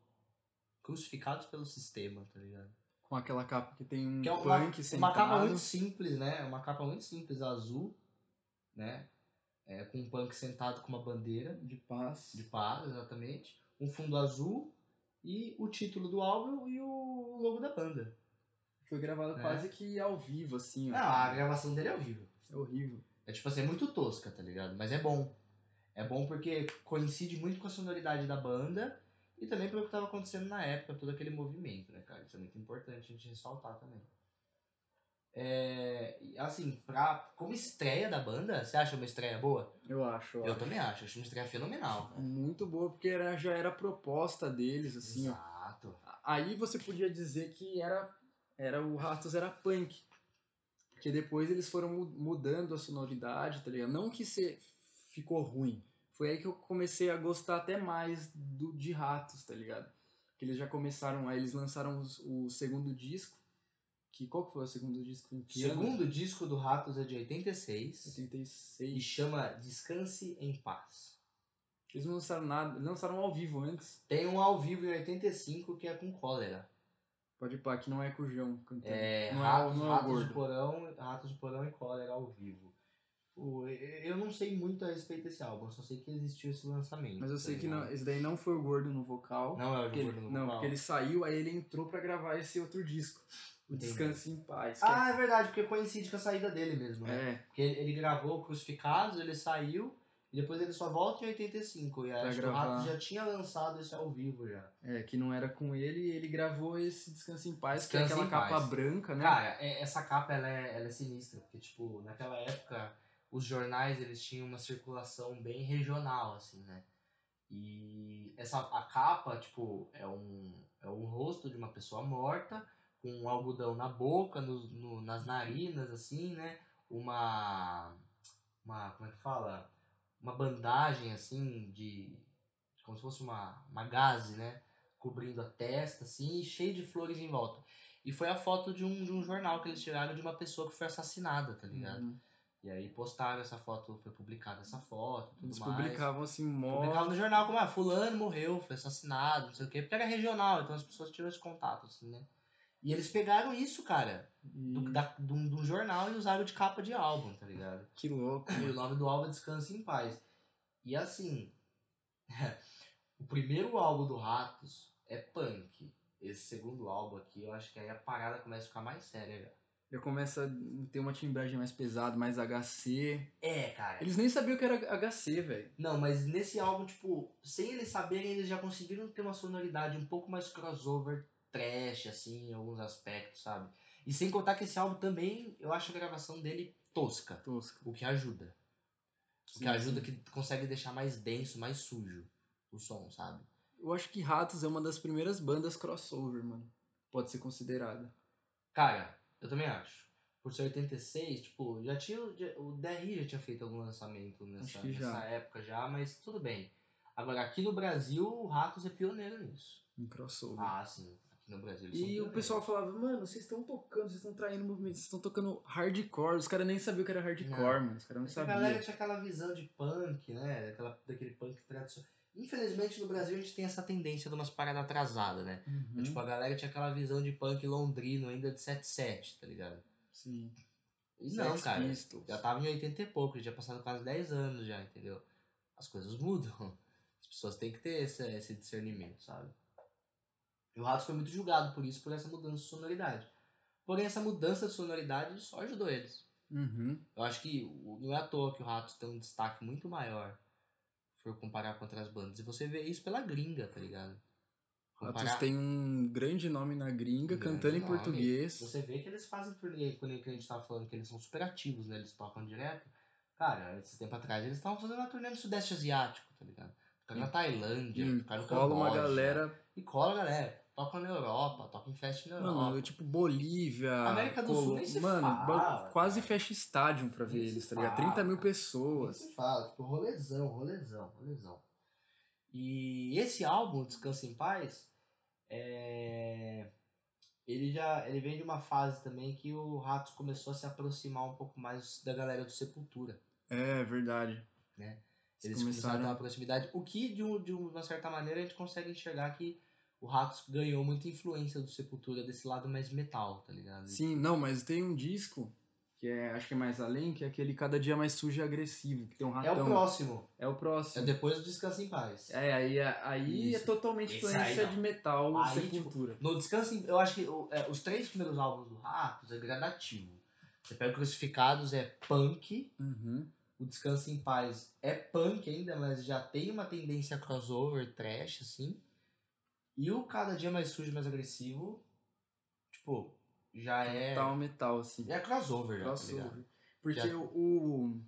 Speaker 1: Crucificados pelo Sistema, tá ligado?
Speaker 2: Com aquela capa que tem um
Speaker 1: Que é uma,
Speaker 2: punk sentado.
Speaker 1: uma capa muito simples, né? É Uma capa muito simples, azul, né? É, com um punk sentado com uma bandeira
Speaker 2: de paz.
Speaker 1: de paz, exatamente. Um fundo azul e o título do álbum e o logo da banda.
Speaker 2: Foi gravado
Speaker 1: É.
Speaker 2: quase que ao vivo, assim, ó.
Speaker 1: Não, a gravação dele é ao vivo.
Speaker 2: É horrível.
Speaker 1: É tipo assim, é muito tosca, tá ligado? Mas é bom. É bom porque coincide muito com a sonoridade da banda e também pelo que tava acontecendo na época, todo aquele movimento, né, cara? Isso é muito importante a gente ressaltar também. É, e, assim, pra, como estreia da banda, você acha uma estreia boa?
Speaker 2: Eu acho, ó.
Speaker 1: Eu também acho, acho uma estreia fenomenal. cara.
Speaker 2: Muito boa, porque era, já era a proposta deles, assim, ó.
Speaker 1: Exato.
Speaker 2: Aí você podia dizer que era, era o Ratos era punk. Porque depois eles foram mu- mudando a sonoridade, tá ligado? Não que se ficou ruim. Foi aí que eu comecei a gostar até mais do, de Ratos, tá ligado? Que eles já começaram, aí eles lançaram os- o segundo disco. Que qual que foi o segundo disco? Em
Speaker 1: O
Speaker 2: que ano?
Speaker 1: segundo disco do Ratos é de 86 e
Speaker 2: 86.
Speaker 1: chama Descanse em Paz.
Speaker 2: Eles não lançaram nada, lançaram ao vivo antes.
Speaker 1: Tem um ao vivo em 85 que é com cólera.
Speaker 2: Pode pá, que não é com o João cantando.
Speaker 1: É,
Speaker 2: não
Speaker 1: rato-
Speaker 2: é, o- não é o
Speaker 1: ratos,
Speaker 2: gordo.
Speaker 1: de porão, ratos de porão e cólera ao vivo. Pô, e- eu não sei muito a respeito desse álbum, eu só sei que existiu esse lançamento.
Speaker 2: Mas eu
Speaker 1: tá
Speaker 2: sei que
Speaker 1: ligado?
Speaker 2: não, esse daí não foi o gordo no vocal.
Speaker 1: Não é o
Speaker 2: porque
Speaker 1: de
Speaker 2: ele,
Speaker 1: gordo no
Speaker 2: não,
Speaker 1: vocal.
Speaker 2: porque ele saiu, aí ele entrou pra gravar esse outro disco. O
Speaker 1: Entendi.
Speaker 2: Descanse em Paz. que
Speaker 1: Ah, é verdade, porque coincide com a saída dele mesmo, né?
Speaker 2: é, é,
Speaker 1: Porque ele, ele gravou Crucificados, ele saiu, e depois ele só volta em 85. E
Speaker 2: Pra
Speaker 1: acho que o
Speaker 2: gravar.
Speaker 1: Ratos já tinha lançado esse ao vivo já.
Speaker 2: é, que não era com ele, e ele gravou esse Descanse em Paz, que é
Speaker 1: Descanse
Speaker 2: aquela
Speaker 1: em
Speaker 2: capa
Speaker 1: Paz.
Speaker 2: branca, né?
Speaker 1: Cara, é- essa capa ela é, ela é sinistra, porque tipo, naquela época os jornais eles tinham uma circulação bem regional, assim, né? E essa a capa, tipo, é um, é um rosto de uma pessoa morta, com um algodão na boca, no, no- nas narinas, assim, né? Uma. Uma. Como é que fala? Uma bandagem assim de. Como se fosse uma, uma gaze, né? Cobrindo a testa, assim, e cheio de flores em volta. E foi a foto de um, de um jornal que eles tiraram de uma pessoa que foi assassinada, tá ligado?
Speaker 2: Uhum.
Speaker 1: E aí postaram essa foto, foi publicada essa foto, e tudo
Speaker 2: Eles
Speaker 1: mais.
Speaker 2: publicavam assim, mó.
Speaker 1: Publicava no jornal como, ah, fulano morreu, foi assassinado, não sei o quê, porque era regional, então as pessoas tinham esse contato, assim, né? E eles pegaram isso, cara,
Speaker 2: E...
Speaker 1: do, da, de, um, de um jornal e usaram de capa de álbum, tá ligado?
Speaker 2: Que louco.
Speaker 1: E o nome do álbum é Descanse em Paz. E assim, o primeiro álbum do Ratos é punk. Esse segundo álbum aqui, eu acho que aí a parada começa a ficar mais séria já.
Speaker 2: Já começa a ter uma timbragem mais pesada, mais HC.
Speaker 1: É, cara.
Speaker 2: Eles nem sabiam que era HC, velho.
Speaker 1: Não, mas nesse álbum, tipo, sem eles saberem, eles já conseguiram ter uma sonoridade um pouco mais crossover, trash, assim, em alguns aspectos, sabe? E sem contar que esse álbum também, eu acho a gravação dele tosca,
Speaker 2: Tosco.
Speaker 1: o que ajuda. O que ajuda que consegue deixar mais denso, mais sujo o som, sabe?
Speaker 2: Eu acho que Ratos é uma das primeiras bandas crossover, mano. Pode ser considerada.
Speaker 1: Cara, eu também acho. Por ser 86, tipo, já tinha. já- o DRI já tinha feito algum lançamento nessa,
Speaker 2: Acho que já.
Speaker 1: nessa época já, mas tudo bem. Agora, aqui no Brasil, o Ratos é pioneiro nisso.
Speaker 2: Um crossover.
Speaker 1: Ah, sim. Aqui no Brasil. eles são
Speaker 2: E o
Speaker 1: pioneiros.
Speaker 2: pessoal falava, mano, vocês estão tocando, vocês estão traindo o movimento, vocês estão tocando hardcore. Os caras nem sabiam o que era hardcore, mano. Os caras não
Speaker 1: Essa
Speaker 2: sabiam.
Speaker 1: galera tinha aquela visão de punk, né? Daquela, daquele punk tradicional. Infelizmente no Brasil a gente tem essa tendência de umas paradas atrasadas, né?
Speaker 2: Uhum,
Speaker 1: Tipo, a galera tinha aquela visão de punk londrino ainda de 77, tá ligado?
Speaker 2: sim.
Speaker 1: E não,
Speaker 2: Sex
Speaker 1: cara.
Speaker 2: Pistols.
Speaker 1: Já tá tava em 80 e pouco, já tinha passado quase 10 anos já, entendeu? As coisas mudam. As pessoas têm que ter esse, esse discernimento, sabe? E o Ratos foi muito julgado por isso, por essa mudança de sonoridade. Porém, essa mudança de sonoridade só ajudou eles.
Speaker 2: Uhum.
Speaker 1: Eu acho que o- não é à toa que o Ratos tem um destaque muito maior se for comparar com outras bandas. E você vê isso pela gringa, tá ligado?
Speaker 2: Ratos
Speaker 1: Comparar-
Speaker 2: tem um grande nome na gringa,
Speaker 1: Grande
Speaker 2: cantando em
Speaker 1: nome.
Speaker 2: português.
Speaker 1: Você vê que eles fazem turnê, quando que a gente tava falando que eles são super ativos, né? Eles tocam direto. Cara, esse tempo atrás eles estavam fazendo uma turnê no Sudeste Asiático, tá ligado? Tocaram na Tailândia,
Speaker 2: Hum,
Speaker 1: tocaram um tá no
Speaker 2: Cola
Speaker 1: Camboja.
Speaker 2: uma galera.
Speaker 1: E cola a galera. Tocam na Europa, tocam em festa na Europa.
Speaker 2: Mano, tipo Bolívia.
Speaker 1: América do Sul
Speaker 2: Colo-
Speaker 1: nem se
Speaker 2: Mano,
Speaker 1: fala,
Speaker 2: ba-
Speaker 1: cara.
Speaker 2: quase fecha estádio pra ver
Speaker 1: Nem se
Speaker 2: eles, tá ligado?
Speaker 1: fala,
Speaker 2: 30 mil
Speaker 1: cara.
Speaker 2: pessoas.
Speaker 1: Isso fala, tipo, rolezão, rolezão, rolezão. E esse álbum, Descansa em Paz, é... ele já ele vem de uma fase também que o Ratos começou a se aproximar um pouco mais da galera do Sepultura.
Speaker 2: É, verdade.
Speaker 1: Né? Eles
Speaker 2: Eles
Speaker 1: começaram a ter
Speaker 2: começaram.
Speaker 1: uma proximidade, o que de, um- de uma certa maneira a gente consegue enxergar que o Ratos ganhou muita influência do Sepultura desse lado mais metal, tá ligado?
Speaker 2: Sim, não, mas tem um disco que é, acho que é mais além, que é aquele Cada Dia Mais Sujo e Agressivo, que tem um
Speaker 1: É
Speaker 2: ratão.
Speaker 1: o próximo,
Speaker 2: É o
Speaker 1: é
Speaker 2: próximo.
Speaker 1: depois do Descansa em Paz.
Speaker 2: É, aí, aí é
Speaker 1: Isso.
Speaker 2: totalmente
Speaker 1: Esse aí
Speaker 2: influência
Speaker 1: não.
Speaker 2: de metal, é
Speaker 1: Aí, tipo,
Speaker 2: sepultura.
Speaker 1: No Descanso, em- eu acho que o- é, os três primeiros álbuns do Ratos é gradativo. Você pega o Crucificados, é punk.
Speaker 2: Uhum.
Speaker 1: O Descanso em Paz é punk ainda, mas já tem uma tendência crossover, trash, assim. E o Cada Dia Mais Sujo, Mais Agressivo, tipo, já é...
Speaker 2: Metal, metal, assim.
Speaker 1: É crossover, já, tá
Speaker 2: crossover.
Speaker 1: ligado?
Speaker 2: Porque
Speaker 1: Já-
Speaker 2: o, o-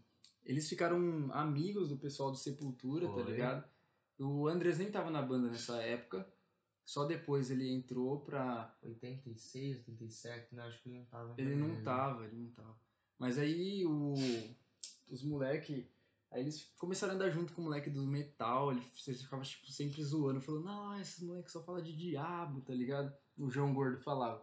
Speaker 2: Eles ficaram amigos do pessoal do Sepultura, tá
Speaker 1: Foi.
Speaker 2: ligado? O Andres nem tava na banda nessa época. Só depois ele entrou pra.
Speaker 1: 86, 87, né? Acho que ele não tava.
Speaker 2: Ele não tá.
Speaker 1: né?
Speaker 2: tava, ele não tava. Mas aí o. Os moleque. Aí eles começaram a andar junto com o moleque do metal. Ele, eles ficavam tipo, sempre zoando, falando, não, esses moleques só falam de diabo, tá ligado? O João Gordo falava.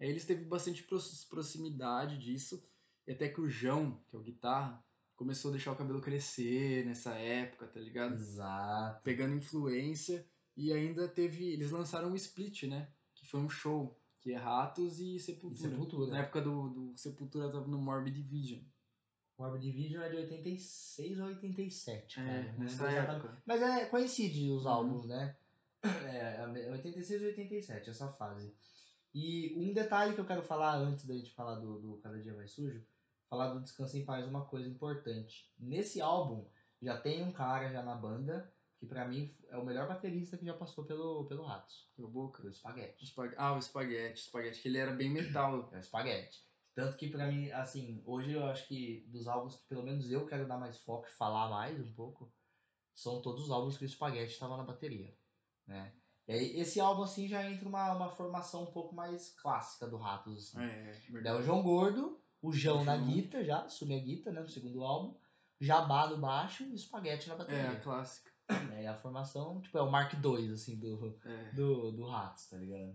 Speaker 2: Aí eles teve bastante pros- proximidade disso. E até que o João, que é o guitarra, começou a deixar o cabelo crescer nessa época, tá ligado?
Speaker 1: Exato.
Speaker 2: Pegando influência. E ainda teve. Eles lançaram um split, né? Que foi um show. Que é Ratos e
Speaker 1: E
Speaker 2: Sepultura.
Speaker 1: Sepultura.
Speaker 2: Na época do, do Sepultura tava no Morbid Vision.
Speaker 1: Morbid Division é de 86 ou 87, cara.
Speaker 2: É,
Speaker 1: Não
Speaker 2: nessa
Speaker 1: lembro exatamente.
Speaker 2: época.
Speaker 1: Mas é, coincide os
Speaker 2: Uhum.
Speaker 1: álbuns, né? É, 86 e 87, essa fase. E um detalhe que eu quero falar antes da gente falar do, do Cada Dia Mais Sujo, falar do Descanso em Paz, uma coisa importante. Nesse álbum, já tem um cara já na banda, que pra mim é o melhor baterista que já passou pelo, pelo Ratos,
Speaker 2: Meu boca.
Speaker 1: pelo Spaghetti.
Speaker 2: O Spag- Ah, o espaguete. O espaguete, que ele era bem metal.
Speaker 1: É o espaguete. Tanto que pra mim, assim, hoje eu acho que dos álbuns que pelo menos eu quero dar mais foco e falar mais um pouco, são todos os álbuns que o espaguete estava na bateria, né? E aí, esse álbum, assim, já entra uma, uma formação um pouco mais clássica do Ratos, assim.
Speaker 2: É,
Speaker 1: Daí o
Speaker 2: verdade.
Speaker 1: João Gordo, o João na
Speaker 2: João.
Speaker 1: guita já, assume a guita, né, no segundo álbum, Jabá no baixo e o espaguete na
Speaker 2: É, a
Speaker 1: bateria.
Speaker 2: clássica.
Speaker 1: É, a formação, tipo, é o Mark II, assim, do,
Speaker 2: É.
Speaker 1: do, do Ratos, tá ligado?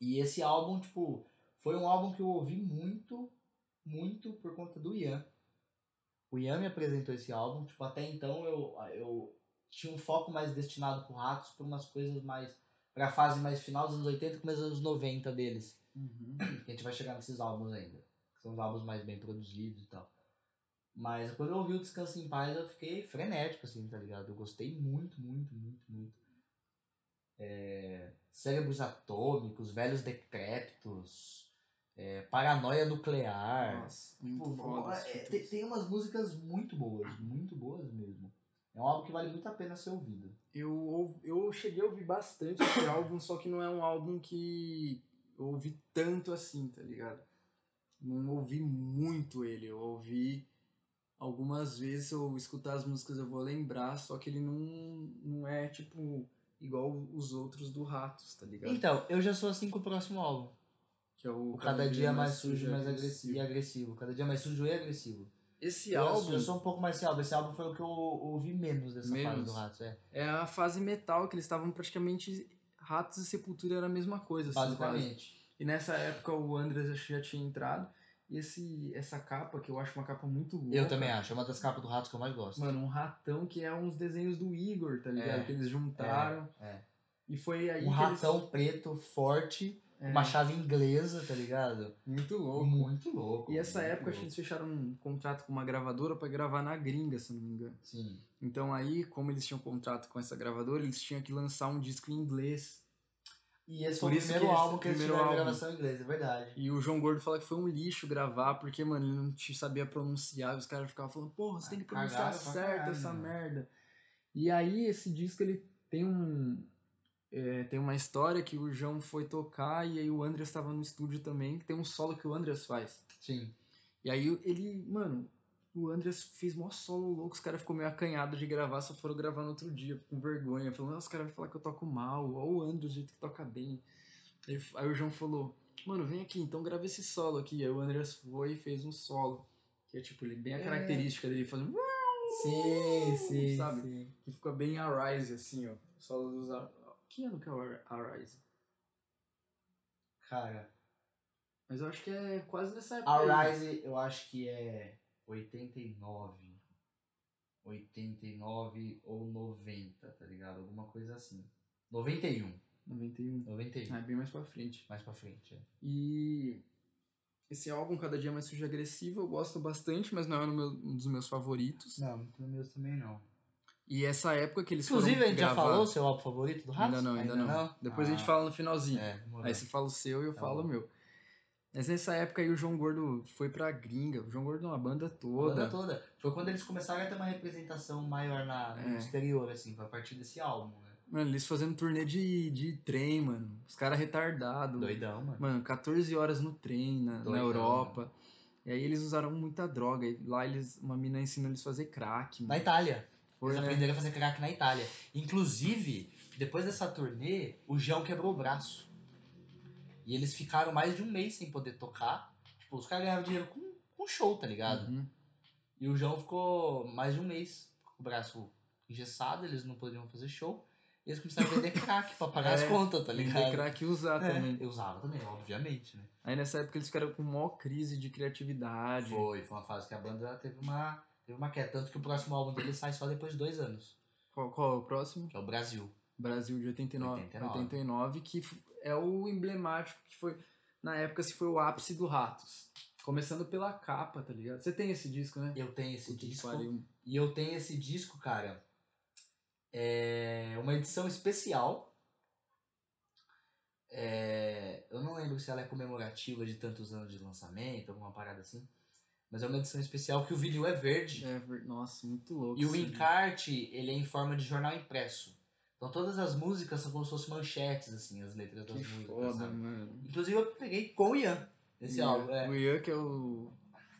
Speaker 1: E esse álbum, tipo, foi um álbum que eu ouvi muito, muito por conta do Ian. O Ian me apresentou esse álbum, tipo, até então eu, eu tinha um foco mais destinado pro Ratos, pra umas coisas mais. pra fase mais final dos anos 80, começo dos anos 90 deles.
Speaker 2: Uhum.
Speaker 1: Que a gente vai chegar nesses álbuns ainda. Que são os álbuns mais bem produzidos e tal. Mas quando eu ouvi o Descanso em Paz, eu fiquei frenético, assim, tá ligado? Eu gostei muito, muito, muito, muito. É, Cérebros Atômicos, Velhos Decrépitos, é, Paranoia Nuclear.
Speaker 2: Nossa, muito
Speaker 1: Ah, é. Pô,
Speaker 2: foda. esse
Speaker 1: é,
Speaker 2: título.
Speaker 1: tem, tem umas músicas muito boas, muito boas mesmo. É um álbum que vale muito a pena ser ouvido.
Speaker 2: Eu, ouv- eu cheguei a ouvir bastante esse álbum, só que não é um álbum que eu ouvi tanto assim, tá ligado? Não ouvi muito ele, eu ouvi algumas vezes, se eu escutar as músicas eu vou lembrar, só que ele não, não é, tipo, igual os outros do Ratos, tá ligado?
Speaker 1: Então, eu já sou assim com o próximo álbum.
Speaker 2: que é o
Speaker 1: O cada, dia mais sujo mais agressivo. e agressivo. Cada dia mais sujo e agressivo.
Speaker 2: Esse
Speaker 1: eu,
Speaker 2: álbum
Speaker 1: eu sou um pouco mais esse álbum. Esse álbum foi o que eu ouvi menos dessa
Speaker 2: Menos.
Speaker 1: fase do Ratos. É.
Speaker 2: é a fase metal, que eles estavam praticamente... Ratos e Sepultura era a mesma coisa, assim, quase.
Speaker 1: Basicamente.
Speaker 2: E nessa época o Andres acho que já tinha entrado. E esse, essa capa, que eu acho uma capa muito louca.
Speaker 1: Eu também acho. É uma das capas do Ratos que eu mais gosto.
Speaker 2: Mano, um ratão que é uns desenhos do Igor, tá ligado?
Speaker 1: É,
Speaker 2: que eles juntaram.
Speaker 1: é.
Speaker 2: E foi aí
Speaker 1: um
Speaker 2: que
Speaker 1: ratão
Speaker 2: eles...
Speaker 1: preto, forte,
Speaker 2: É,
Speaker 1: uma chave inglesa, tá ligado?
Speaker 2: Muito louco.
Speaker 1: Muito louco.
Speaker 2: E essa
Speaker 1: muito
Speaker 2: época acho que
Speaker 1: louco.
Speaker 2: eles fecharam um contrato com uma gravadora pra gravar na gringa, se eu não me engano.
Speaker 1: Sim.
Speaker 2: Então aí, como eles tinham contrato com essa gravadora, eles tinham que lançar um disco em inglês.
Speaker 1: E esse
Speaker 2: Por
Speaker 1: foi o
Speaker 2: isso que
Speaker 1: primeiro
Speaker 2: esse-
Speaker 1: álbum que eles
Speaker 2: primeiro
Speaker 1: tiveram
Speaker 2: álbum.
Speaker 1: gravação inglesa, é verdade.
Speaker 2: E o João Gordo fala que foi um lixo gravar, porque, mano, ele não te sabia pronunciar, e os caras ficavam falando, porra, você tem que pronunciar
Speaker 1: Cagaram pra
Speaker 2: certo
Speaker 1: caralho,
Speaker 2: essa
Speaker 1: mano.
Speaker 2: merda. E aí, esse disco, ele tem um, É, tem uma história que o João foi tocar e aí o Andreas estava no estúdio também, que tem um solo que o Andreas faz.
Speaker 1: Sim.
Speaker 2: E aí ele, mano, o Andreas fez mó solo louco, os caras ficou meio acanhado de gravar, só foram gravar no outro dia, com vergonha, falando, "Ah, os caras vão falar que eu toco mal, ó o Andreas, o jeito que toca bem. Aí, aí o João falou, mano, vem aqui, então grava esse solo aqui. Aí o Andreas foi e fez um solo, que é tipo, ele- bem a
Speaker 1: É.
Speaker 2: característica dele, fazendo...
Speaker 1: Sim, sim,
Speaker 2: Sabe?
Speaker 1: sim.
Speaker 2: Que fica bem Arise, assim, ó. O solo dos Ar- Que ano que é o Ar- Arise?
Speaker 1: Cara,
Speaker 2: Mas eu acho que é quase nessa época. aí.
Speaker 1: a Rise eu acho que é 89. 89 ou 90, tá ligado? Alguma coisa assim. 91.
Speaker 2: 91.
Speaker 1: 91.
Speaker 2: Ah, é bem mais pra frente.
Speaker 1: Mais pra frente, é.
Speaker 2: E esse álbum, Cada Dia Mais Sujo e Agressivo, eu gosto bastante, mas não é um do meu- um dos meus favoritos.
Speaker 1: Não, no meu também não.
Speaker 2: E essa época que eles
Speaker 1: Inclusive,
Speaker 2: foram
Speaker 1: a gente já
Speaker 2: gravar-
Speaker 1: falou o seu álbum favorito do Rato?
Speaker 2: Ainda não, ainda, não. Depois a gente fala no finalzinho.
Speaker 1: Ah, É, demorou.
Speaker 2: Aí você fala o seu e eu
Speaker 1: Tá
Speaker 2: falo o
Speaker 1: bom.
Speaker 2: meu. Mas nessa época aí o João Gordo foi pra gringa. O João Gordo é uma banda
Speaker 1: toda.
Speaker 2: toda.
Speaker 1: toda. Foi quando eles começaram a ter uma representação maior na, no
Speaker 2: É.
Speaker 1: exterior, assim, foi a partir desse álbum, né?
Speaker 2: Mano, eles fazendo turnê de, de trem, mano. Os caras retardados.
Speaker 1: Doidão, mano.
Speaker 2: Mano, 14 horas no trem na, na
Speaker 1: Doidão,
Speaker 2: Europa. E aí eles usaram muita droga. E lá eles, uma mina ensinou eles a fazer crack,
Speaker 1: Na
Speaker 2: mano.
Speaker 1: Itália.
Speaker 2: Foi,
Speaker 1: eles
Speaker 2: né?
Speaker 1: aprenderam a fazer crack na Itália. Inclusive, depois dessa turnê, o João quebrou o braço. E eles ficaram mais de um mês sem poder tocar. Tipo, os caras ganhavam dinheiro com, com show, tá ligado?
Speaker 2: Uhum.
Speaker 1: E o João ficou mais de um mês com o braço engessado, eles não podiam fazer show. E eles começaram a vender crack pra pagar
Speaker 2: É,
Speaker 1: as contas, tá
Speaker 2: Vender
Speaker 1: ligado?
Speaker 2: crack e usar
Speaker 1: É,
Speaker 2: também.
Speaker 1: Eu usava também, obviamente, né?
Speaker 2: Aí nessa época eles ficaram com maior crise de criatividade.
Speaker 1: Foi, foi uma fase que a banda teve uma, teve uma queda. Tanto que o próximo álbum dele sai só depois de dois anos,
Speaker 2: Qual, qual é o próximo?
Speaker 1: que é o Brasil.
Speaker 2: Brasil de 89.
Speaker 1: 89.
Speaker 2: 89, que f- é o emblemático que foi. Na época, se foi o ápice do Ratos. Começando pela capa, tá ligado? Você tem esse disco, né?
Speaker 1: Eu tenho esse
Speaker 2: Puta que
Speaker 1: disco.
Speaker 2: pariu.
Speaker 1: E eu tenho esse disco, cara. É uma edição especial. É, eu não lembro se ela é comemorativa de tantos anos de lançamento, alguma parada assim. Mas é uma edição especial que o vinil é verde.
Speaker 2: É, ver- nossa, muito louco.
Speaker 1: E o
Speaker 2: esse
Speaker 1: encarte, ele é em forma de jornal impresso. Então todas as músicas são como se fossem manchetes, assim, as letras das
Speaker 2: disco. Que
Speaker 1: músicas.
Speaker 2: foda,
Speaker 1: sabe?
Speaker 2: mano.
Speaker 1: Inclusive eu peguei com o Ian esse
Speaker 2: Ian-
Speaker 1: álbum. É.
Speaker 2: O Ian, que é o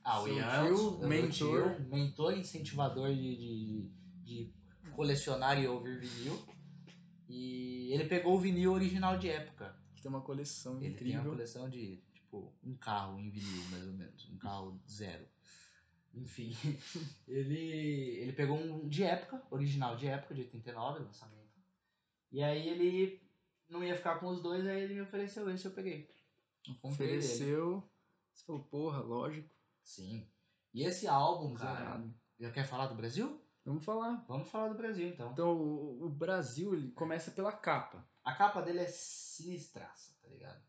Speaker 1: Ah, o
Speaker 2: Seu
Speaker 1: Ian,
Speaker 2: tio,
Speaker 1: o
Speaker 2: um mentor.
Speaker 1: mentor. mentor e incentivador de, de, de colecionar e ouvir vinil. E ele pegou o vinil original de época.
Speaker 2: que tem uma coleção
Speaker 1: Ele tem uma
Speaker 2: incrível.
Speaker 1: coleção de, tipo, um carro em vinil, mais ou menos. Um carro zero. Enfim, ele, ele pegou um de época, original de época, de 89, lançamento. E aí ele não ia ficar com os dois, aí ele me ofereceu esse, eu peguei. Eu comprei ele.
Speaker 2: Ofereceu. Você falou, porra, lógico.
Speaker 1: Sim. E esse álbum, cara...
Speaker 2: zerado.
Speaker 1: Já quer falar do Brasil?
Speaker 2: Vamos falar.
Speaker 1: Vamos falar do Brasil então.
Speaker 2: Então, o, o Brasil ele começa pela capa.
Speaker 1: A capa dele é sinistraça, tá ligado?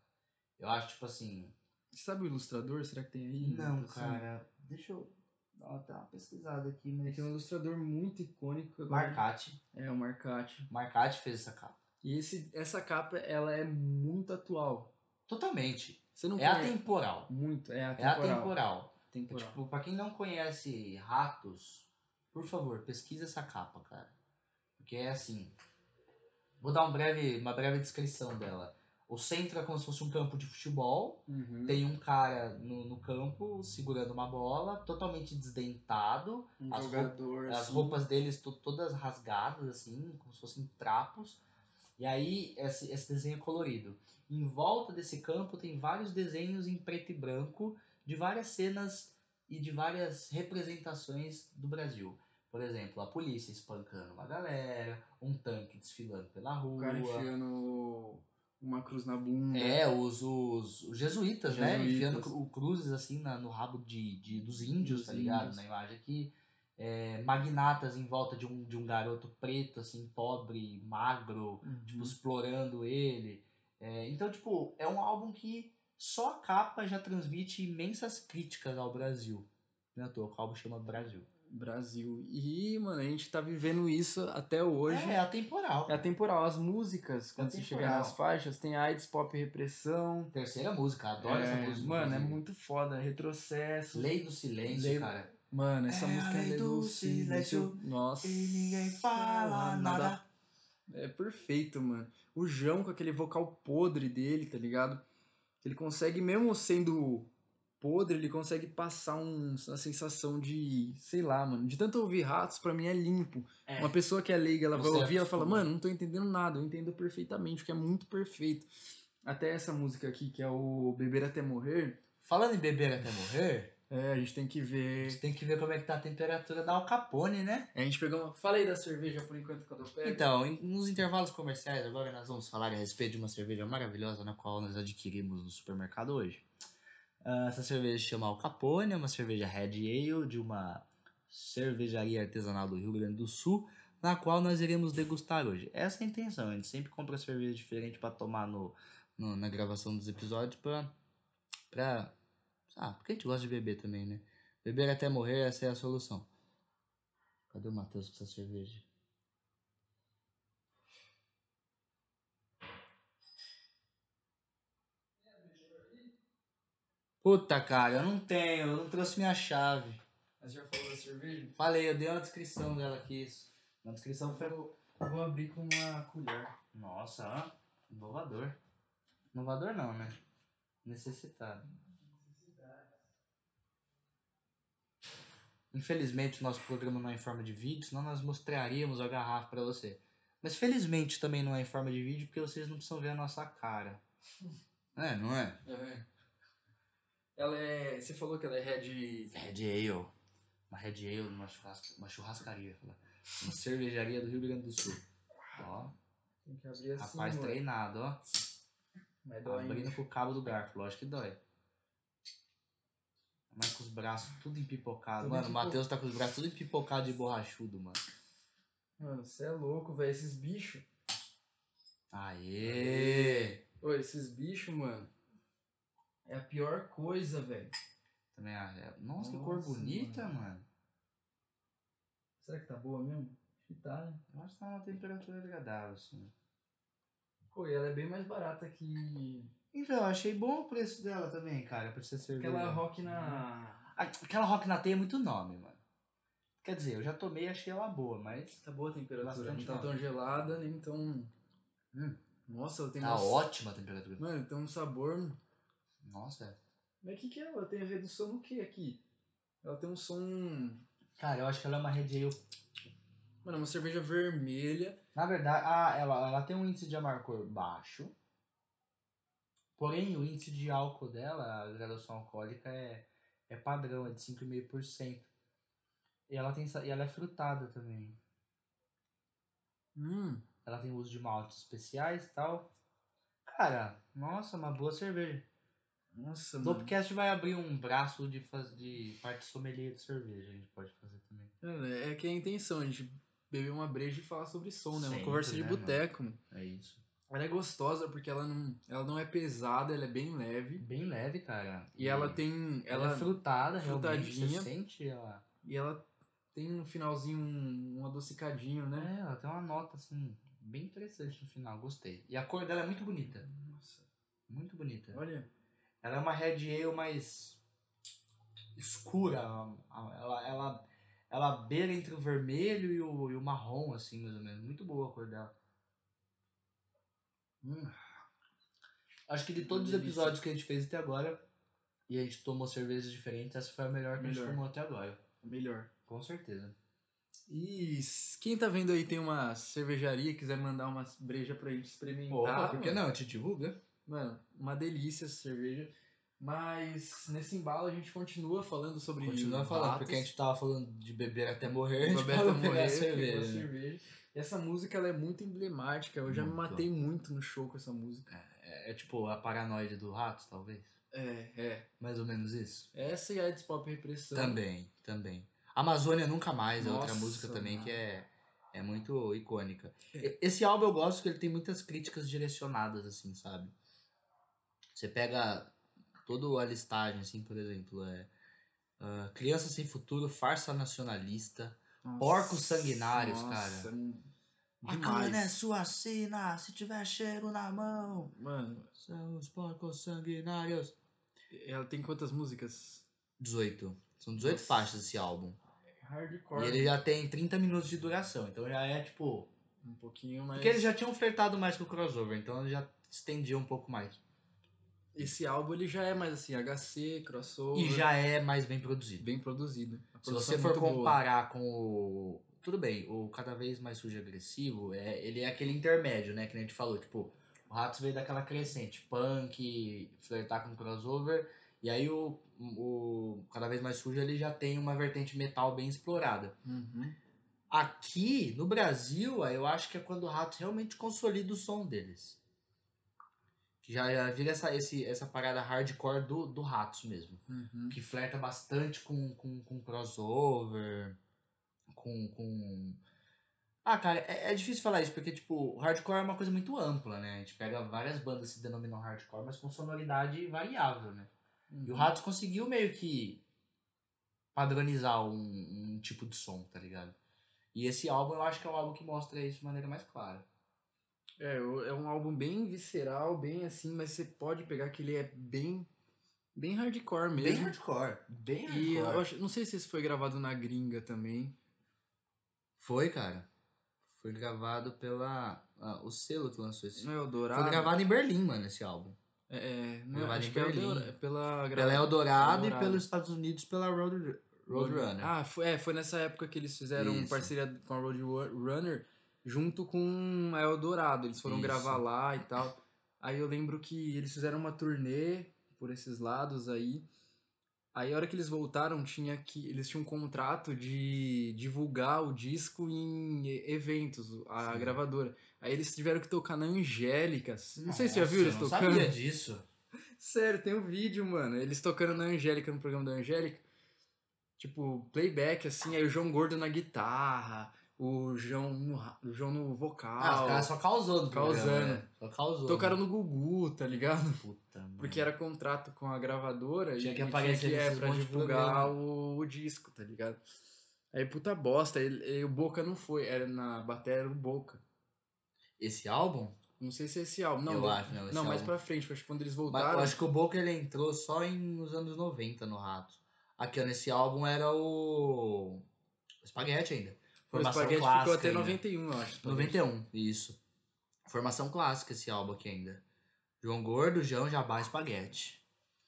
Speaker 1: Eu acho tipo assim.
Speaker 2: Você sabe o ilustrador? Será que tem aí?
Speaker 1: Não,
Speaker 2: Assim,
Speaker 1: cara, deixa eu dar uma, dar uma pesquisada aqui,
Speaker 2: Ele
Speaker 1: mas.
Speaker 2: tem um ilustrador muito icônico. agora.
Speaker 1: Marcati.
Speaker 2: É, o Marcati.
Speaker 1: Marcati fez essa capa.
Speaker 2: E esse, essa capa, ela é muito atual.
Speaker 1: Totalmente.
Speaker 2: Você não
Speaker 1: É
Speaker 2: conhece
Speaker 1: atemporal.
Speaker 2: muito, é
Speaker 1: É
Speaker 2: atemporal.
Speaker 1: atemporal.
Speaker 2: Temporal.
Speaker 1: Tipo, pra quem não conhece Ratos, por favor, pesquisa essa capa, cara. Porque é assim. Vou dar um breve, uma breve descrição dela. O centro é como se fosse um campo de futebol.
Speaker 2: Uhum,
Speaker 1: Tem um cara no, no campo segurando uma bola, totalmente desdentado.
Speaker 2: um
Speaker 1: as
Speaker 2: jogador.
Speaker 1: As
Speaker 2: assim.
Speaker 1: roupas deles to- todas rasgadas, assim, como se fossem trapos. E aí, esse, esse desenho é colorido. Em volta desse campo tem vários desenhos em preto e branco de várias cenas e de várias representações do Brasil. Por exemplo, a polícia espancando uma galera, um tanque desfilando pela
Speaker 2: O
Speaker 1: rua.
Speaker 2: cara é enfiando uma cruz na bunda.
Speaker 1: É, os, os, os jesuítas, né?
Speaker 2: Uhum. Jesuítas.
Speaker 1: Enfiando cru- cruzes assim na- no rabo de, de- dos índios,
Speaker 2: Dos
Speaker 1: tá ligado?
Speaker 2: índios.
Speaker 1: Na imagem aqui. É, magnatas em volta de um, de um garoto preto, assim, pobre, magro,
Speaker 2: Uhum.
Speaker 1: tipo, explorando ele. É, então, tipo, é um álbum que só a capa já transmite imensas críticas ao Brasil. Não é à toa que o álbum chama Brasil.
Speaker 2: Brasil. E, mano, a gente tá vivendo isso até hoje.
Speaker 1: É, é atemporal.
Speaker 2: É atemporal. As músicas, quando você
Speaker 1: Atemporal.
Speaker 2: chegar nas faixas, tem AIDS, pop, repressão.
Speaker 1: Terceira música, adoro essa
Speaker 2: É,
Speaker 1: música.
Speaker 2: Mano, é
Speaker 1: inclusive.
Speaker 2: muito foda. Retrocesso.
Speaker 1: Lei do Silêncio,
Speaker 2: Lei-
Speaker 1: cara.
Speaker 2: Mano, essa
Speaker 1: É a
Speaker 2: música
Speaker 1: lei
Speaker 2: é
Speaker 1: do
Speaker 2: do silêncio.
Speaker 1: silêncio
Speaker 2: Nossa.
Speaker 1: E ninguém fala nada.
Speaker 2: É perfeito, mano. O João com aquele vocal podre dele, tá ligado? Ele consegue, mesmo sendo podre, ele consegue passar um- uma sensação de, sei lá, mano. De tanto ouvir ratos, pra mim é limpo.
Speaker 1: É.
Speaker 2: Uma pessoa que é leiga, ela
Speaker 1: Não
Speaker 2: vai
Speaker 1: se
Speaker 2: ouvir e ela fala,
Speaker 1: acostuma.
Speaker 2: mano, não tô entendendo nada, eu entendo perfeitamente, porque é muito perfeito. Até essa música aqui, que é o Beber Até Morrer,
Speaker 1: Falando em beber até morrer,
Speaker 2: é, a gente tem que
Speaker 1: a
Speaker 2: ver.
Speaker 1: gente tem que ver como é que tá a temperatura da Al Capone, né?
Speaker 2: A gente pegou uma. Fala aí da cerveja por enquanto que eu pego.
Speaker 1: Então, em- nos intervalos comerciais, agora nós vamos falar a respeito de uma cerveja maravilhosa na qual nós adquirimos no supermercado hoje. Ah, essa cerveja se chama Al Capone, é uma cerveja Red Ale de uma cervejaria artesanal do Rio Grande do Sul, na qual nós iremos degustar hoje. Essa é a intenção, a gente sempre compra cerveja diferente para tomar no, no- na gravação dos episódios para pra ah, porque a gente gosta de beber também, né? Beber até morrer, essa é a solução. Cadê o Matheus com essa cerveja? Puta, cara, eu não tenho, eu não trouxe minha chave.
Speaker 2: Mas já falou da cerveja?
Speaker 1: Falei, eu dei uma descrição dela aqui. Isso. Na descrição foi.
Speaker 2: Eu vou abrir com uma colher.
Speaker 1: Nossa, ó, inovador. Inovador não, né? Necessitado. Infelizmente, o nosso programa não é em forma de vídeo, senão nós mostraríamos a garrafa pra você. Mas felizmente também não é em forma de vídeo, porque vocês não precisam ver a nossa cara. É, não é?
Speaker 2: É. Ela é. Você falou que ela é Red.
Speaker 1: Red Ale. Uma Red Ale numa churrasca- uma churrascaria, eu ia falar. Uma cervejaria do Rio Grande do Sul. Ó,
Speaker 2: Tem que abrir assim.
Speaker 1: rapaz
Speaker 2: amor.
Speaker 1: treinado, ó.
Speaker 2: Mas dói ainda.
Speaker 1: Abrindo com o cabo do garfo, lógico que dói. Mas com os braços tudo empipocado.
Speaker 2: Tudo
Speaker 1: mano, o
Speaker 2: empipo-
Speaker 1: Matheus tá com os braços tudo empipocado de borrachudo, mano.
Speaker 2: Mano, você é louco, velho. Esses bichos.
Speaker 1: Aê!
Speaker 2: Ô, esses bichos, mano. É a pior coisa, velho.
Speaker 1: Também, a- é- nossa, que cor
Speaker 2: Nossa,
Speaker 1: bonita,
Speaker 2: mano.
Speaker 1: mano.
Speaker 2: Será que tá boa mesmo? Acho que tá, né?
Speaker 1: Eu acho que tá uma temperatura agradável, assim.
Speaker 2: Pô, e ela é bem mais barata que.
Speaker 1: Então, eu achei bom o preço dela também, cara, pra ser cerveja. Hum.
Speaker 2: Aquela rock na.
Speaker 1: Aquela Rock na Teia é muito nome, mano. Quer dizer, eu já tomei e achei ela boa, mas.
Speaker 2: Tá boa a temperatura.
Speaker 1: Bastante
Speaker 2: não tá tão gelada, nem tão.
Speaker 1: Hum.
Speaker 2: Nossa, ela tem
Speaker 1: Tá
Speaker 2: uma-
Speaker 1: ótima a temperatura.
Speaker 2: Mano, tem um sabor.
Speaker 1: Nossa.
Speaker 2: Mas o que, que é? Ela tem redução no que aqui? Ela tem um som. Mano,
Speaker 1: Cara, eu acho que ela é uma Red Ale.
Speaker 2: é uma cerveja vermelha.
Speaker 1: Na verdade, ah, ela, ela tem um índice de amargor baixo. Porém, o índice de álcool dela, a graduação alcoólica, é, é padrão, é de 5,5%. E ela, tem, sa- e ela é frutada também.
Speaker 2: Hum.
Speaker 1: Ela tem uso de maltes especiais e tal. Cara, nossa, uma boa cerveja.
Speaker 2: Nossa,
Speaker 1: O
Speaker 2: mano.
Speaker 1: Dopcast vai abrir um braço de, faz... de parte sommelier de cerveja, a gente pode fazer também.
Speaker 2: Mano, É que é a intenção, a gente beber uma breja e falar sobre som, né? Uma
Speaker 1: Sempre,
Speaker 2: conversa de
Speaker 1: né,
Speaker 2: boteco. mano.
Speaker 1: É isso.
Speaker 2: Ela é gostosa porque ela não, ela não é pesada, ela é bem leve.
Speaker 1: Bem leve, cara.
Speaker 2: E ela tem.
Speaker 1: Ela,
Speaker 2: Ela,
Speaker 1: é frutada, realmente. Você
Speaker 2: frutadinha.
Speaker 1: sente ela.
Speaker 2: e ela tem no finalzinho um, um adocicadinho, né?
Speaker 1: É, ela tem uma nota, assim, bem interessante no final. Gostei. E a cor dela é muito bonita.
Speaker 2: Nossa.
Speaker 1: Muito bonita.
Speaker 2: Olha.
Speaker 1: Ela é uma Red Ale mais escura. Ela, ela, ela beira entre o vermelho e o, e o marrom, assim, mais ou menos. Muito boa a cor dela. Hum. Acho que de todos os
Speaker 2: Delícia.
Speaker 1: episódios que a gente fez até agora, e a gente tomou cervejas diferentes, essa foi a melhor que a
Speaker 2: Melhor.
Speaker 1: gente tomou até agora.
Speaker 2: Melhor.
Speaker 1: Com certeza.
Speaker 2: E s- quem tá vendo aí tem uma cervejaria, quiser mandar uma breja pra gente experimentar.
Speaker 1: Opa, por
Speaker 2: mano.
Speaker 1: que não? Te divulga.
Speaker 2: Mano, uma delícia essa cerveja. Mas nesse embalo a gente continua falando sobre.
Speaker 1: Continua falando,
Speaker 2: ratos,
Speaker 1: porque a gente tava falando de beber até morrer, a gente
Speaker 2: Roberto
Speaker 1: parou pra pegar
Speaker 2: Moreira,
Speaker 1: a
Speaker 2: que pegou
Speaker 1: cerveja.
Speaker 2: a
Speaker 1: né?
Speaker 2: cerveja. E essa música ela é muito emblemática. Eu já me
Speaker 1: Muito.
Speaker 2: matei muito no show com essa música.
Speaker 1: É, é tipo a paranoide do rato, talvez.
Speaker 2: É, é.
Speaker 1: Mais ou menos isso.
Speaker 2: Essa e a Ed's Pop Repressão.
Speaker 1: Também, também. Amazônia Nunca Mais é outra
Speaker 2: Nossa,
Speaker 1: música também
Speaker 2: mano.
Speaker 1: que é, é muito icônica.
Speaker 2: É.
Speaker 1: E- Esse álbum eu gosto que ele tem muitas críticas direcionadas, assim, sabe? Você pega toda a listagem, assim, por exemplo, é ah, Criança Sem Futuro, Farsa Nacionalista,
Speaker 2: Nossa,
Speaker 1: Porcos Sanguinários,
Speaker 2: nossa,
Speaker 1: cara.
Speaker 2: hum,
Speaker 1: A
Speaker 2: Demais.
Speaker 1: cana é sua sina, se tiver cheiro na mão,
Speaker 2: Mano,
Speaker 1: são os porcos sanguinários.
Speaker 2: ela tem quantas músicas?
Speaker 1: 18. São 18
Speaker 2: Nossa.
Speaker 1: faixas esse álbum.
Speaker 2: Hardcore.
Speaker 1: E ele já tem 30 minutos de duração, então já é tipo
Speaker 2: Um pouquinho mais.
Speaker 1: Porque eles já tinham flertado mais com o crossover, então eles já estendiam um pouco mais.
Speaker 2: Esse álbum ele já é mais assim, HC, crossover.
Speaker 1: E já é mais bem produzido.
Speaker 2: Bem produzido. A
Speaker 1: Se
Speaker 2: produção
Speaker 1: você
Speaker 2: é
Speaker 1: for
Speaker 2: muito boa.
Speaker 1: comparar com o. Tudo bem, o Cada vez Mais Sujo e Agressivo, é, ele é aquele intermédio, né? Que nem a gente falou. Tipo, o Ratos veio daquela crescente punk, flertar com crossover. E aí o, o Cada vez Mais Sujo ele já tem uma vertente metal bem explorada.
Speaker 2: Uhum.
Speaker 1: Aqui, no Brasil, aí eu acho que é quando o Ratos realmente consolida o som deles. Que já, já vira essa, esse, essa parada hardcore do, do Ratos mesmo
Speaker 2: Uhum.
Speaker 1: que flerta bastante com, com, com crossover, com, com... Ah, cara, é, é difícil falar isso, porque, tipo, o hardcore é uma coisa muito ampla, né? A gente pega várias bandas que se denominam hardcore, mas com sonoridade variável, né? E o Ratos conseguiu meio que padronizar um, um tipo de som, tá ligado? E esse álbum, eu acho que é um álbum que mostra isso de maneira mais clara.
Speaker 2: É, eu- é um álbum bem visceral, bem assim, mas você pode pegar que ele é bem, bem hardcore
Speaker 1: Bem
Speaker 2: mesmo.
Speaker 1: hardcore, bem
Speaker 2: e eu
Speaker 1: hardcore.
Speaker 2: acho- não sei se isso foi gravado na gringa também.
Speaker 1: Foi, cara. Foi gravado pela... ah, o selo que lançou esse
Speaker 2: Não é o Dourado?
Speaker 1: Foi gravado em Berlim, mano, esse álbum.
Speaker 2: É, é, não,
Speaker 1: gravado
Speaker 2: acho
Speaker 1: em
Speaker 2: que é o
Speaker 1: Berlim.
Speaker 2: Dourado- é pela
Speaker 1: Pela
Speaker 2: grava-
Speaker 1: Eldorado e
Speaker 2: Eldorado.
Speaker 1: pelos Estados Unidos pela Road, Roadrunner.
Speaker 2: Ah, foi, é, foi nessa época que eles fizeram
Speaker 1: Isso.
Speaker 2: parceria com a Roadrunner junto com a Eldorado. Eles foram
Speaker 1: Isso.
Speaker 2: gravar lá e tal. Aí eu lembro que eles fizeram uma turnê por esses lados aí. Aí a hora que eles voltaram, tinha que. Eles tinham um contrato de divulgar o disco em e- eventos, a
Speaker 1: Sim.
Speaker 2: gravadora. Aí eles tiveram que tocar na Angélica. Não sei se é, você já viu eles
Speaker 1: eu não
Speaker 2: tocando.
Speaker 1: sabia disso.
Speaker 2: Sério, tem um vídeo, mano. Eles tocando na Angélica, no programa da Angélica. Tipo, playback, assim, aí o João Gordo na guitarra, o João no, ra- o João no
Speaker 1: Ah, os
Speaker 2: vocal.
Speaker 1: caras só causando.
Speaker 2: Causando.
Speaker 1: né? Só causando.
Speaker 2: tocaram no Gugu, tá ligado?
Speaker 1: Puta, mano.
Speaker 2: Porque era contrato com a gravadora
Speaker 1: Uhum. Tinha
Speaker 2: e
Speaker 1: que aparecer
Speaker 2: tinha que, é,
Speaker 1: nesses
Speaker 2: pra
Speaker 1: monte de
Speaker 2: divulgar
Speaker 1: programa. né?
Speaker 2: o, o disco, tá ligado? Aí puta bosta, ele- ele- o Boca não foi, era na bateria era o Boca.
Speaker 1: Esse álbum?
Speaker 2: Não sei se é esse álbum, não,
Speaker 1: eu
Speaker 2: de-
Speaker 1: acho, não. Esse
Speaker 2: não, mais
Speaker 1: álbum.
Speaker 2: pra frente, acho que quando eles
Speaker 1: Mas eu
Speaker 2: voltaram,
Speaker 1: acho que o Boca ele entrou só em, nos anos 90 no Rato. Aqui, ó, nesse álbum era o. o Spaghetti ainda.
Speaker 2: o
Speaker 1: Formação
Speaker 2: Spaghetti
Speaker 1: clássica.
Speaker 2: ficou até
Speaker 1: ainda.
Speaker 2: 91, eu acho.
Speaker 1: 91, isso. Formação clássica esse álbum aqui ainda. João Gordo, João Jabá e Espaguete.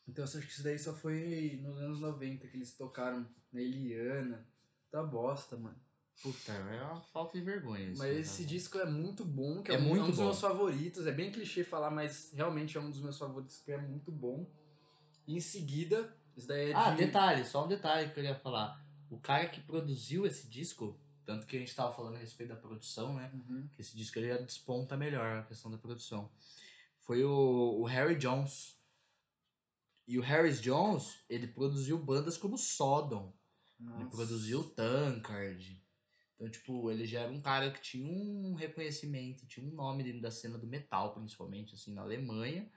Speaker 2: Então acho que isso daí só foi nos anos 90 que eles tocaram na Eliana. Tá bosta, mano.
Speaker 1: Puta, é uma falta de vergonha isso.
Speaker 2: Mas
Speaker 1: né,
Speaker 2: esse
Speaker 1: cara?
Speaker 2: disco é muito bom, que é,
Speaker 1: É
Speaker 2: um, é um
Speaker 1: muito
Speaker 2: dos
Speaker 1: bom.
Speaker 2: meus favoritos. É bem clichê falar, mas realmente é um dos meus favoritos, que é muito bom. E em seguida, isso daí é
Speaker 1: Ah,
Speaker 2: de...
Speaker 1: detalhe, só um detalhe que eu ia falar. O cara que produziu esse disco, tanto que a gente tava falando a respeito da produção, né?
Speaker 2: Uhum.
Speaker 1: Que esse disco ele já desponta melhor a questão da produção. Foi o, o Harry Jones. E o Harris Jones, ele produziu bandas como Sodom. Ele
Speaker 2: Nossa.
Speaker 1: produziu o Tankard. Então, tipo, ele já era um cara que tinha um reconhecimento, tinha um nome dentro da cena do metal, principalmente, assim, na Alemanha.